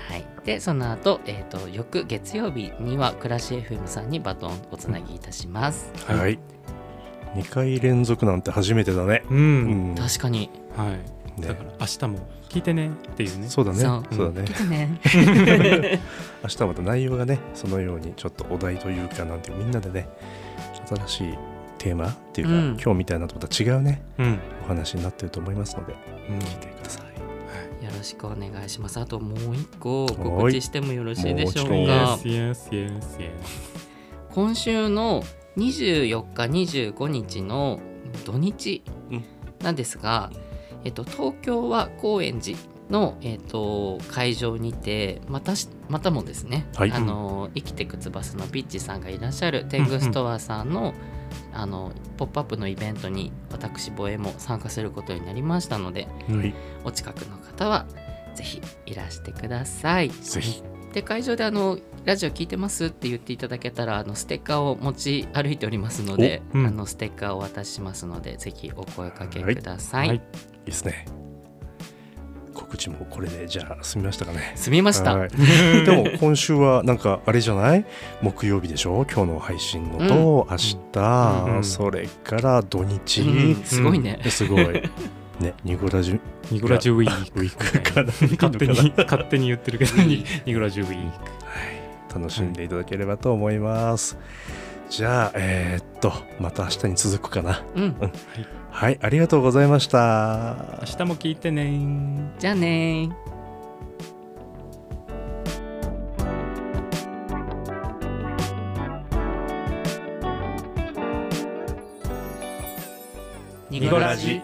Speaker 2: はい、でその後、えっと翌月曜日には暮らし FM さんにバトンをおつなぎいたします。
Speaker 3: はい、2回連続なんて初めてだね
Speaker 4: うん、
Speaker 3: うん
Speaker 2: 確か に、
Speaker 4: はい
Speaker 3: ね
Speaker 4: だから明日も聞いてねっていうね
Speaker 3: そうだね
Speaker 2: そう
Speaker 3: そうだね
Speaker 2: 来てね。
Speaker 3: 明日はまた内容がねそのようにちょっとお題というかなんていうみんなでね新しいテーマっていうか、
Speaker 2: うん
Speaker 3: 今日みたいなとまた違うね
Speaker 4: うん、うん
Speaker 3: お話になってると思いますので聞いてください
Speaker 2: よろしくお願いします。あともう一個
Speaker 3: はい
Speaker 2: 告知してもよろしいでしょ
Speaker 3: も
Speaker 2: う
Speaker 3: ろ
Speaker 2: か。
Speaker 4: Yes, yes, yes,
Speaker 2: 今週の24日25日の土日
Speaker 3: うん
Speaker 2: なんですが、えっと、東京は高円寺の、えっと、会場にてまたしまたもですね、
Speaker 3: はい
Speaker 2: あの生きてく翼のビッチさんがいらっしゃる天狗ストアさんの,、あのポップアップのイベントに私ボエも参加することになりましたので
Speaker 3: はい
Speaker 2: お近くの方はぜひいらしてください。
Speaker 3: ぜひ
Speaker 2: で会場であの「ラジオ聞いてます」って言っていただけたらあのステッカーを持ち歩いておりますので、
Speaker 4: おうん
Speaker 2: あのステッカーをお渡ししますのでぜひお声かけください、
Speaker 4: はい
Speaker 3: いいですね告知もこれでじゃあ済みましたかね
Speaker 2: すみました、
Speaker 3: はいでも今週はなんかあれじゃない木曜日でしょ今日の配信のと明日、
Speaker 4: うんうん
Speaker 3: それから土日、
Speaker 2: うんすごいね、
Speaker 3: すごいねニコラジ
Speaker 4: ニグラジュウィーク
Speaker 3: ウィークかな
Speaker 4: 勝手に勝手に言ってるけどニグラジュウィーク
Speaker 3: 楽しんでいただければと思います、じゃあえーっとまた明日に続くかな
Speaker 2: うん、
Speaker 3: はいありがとうございました
Speaker 4: 明日も聞いてね
Speaker 2: じゃあねーニ
Speaker 4: ニゴラジ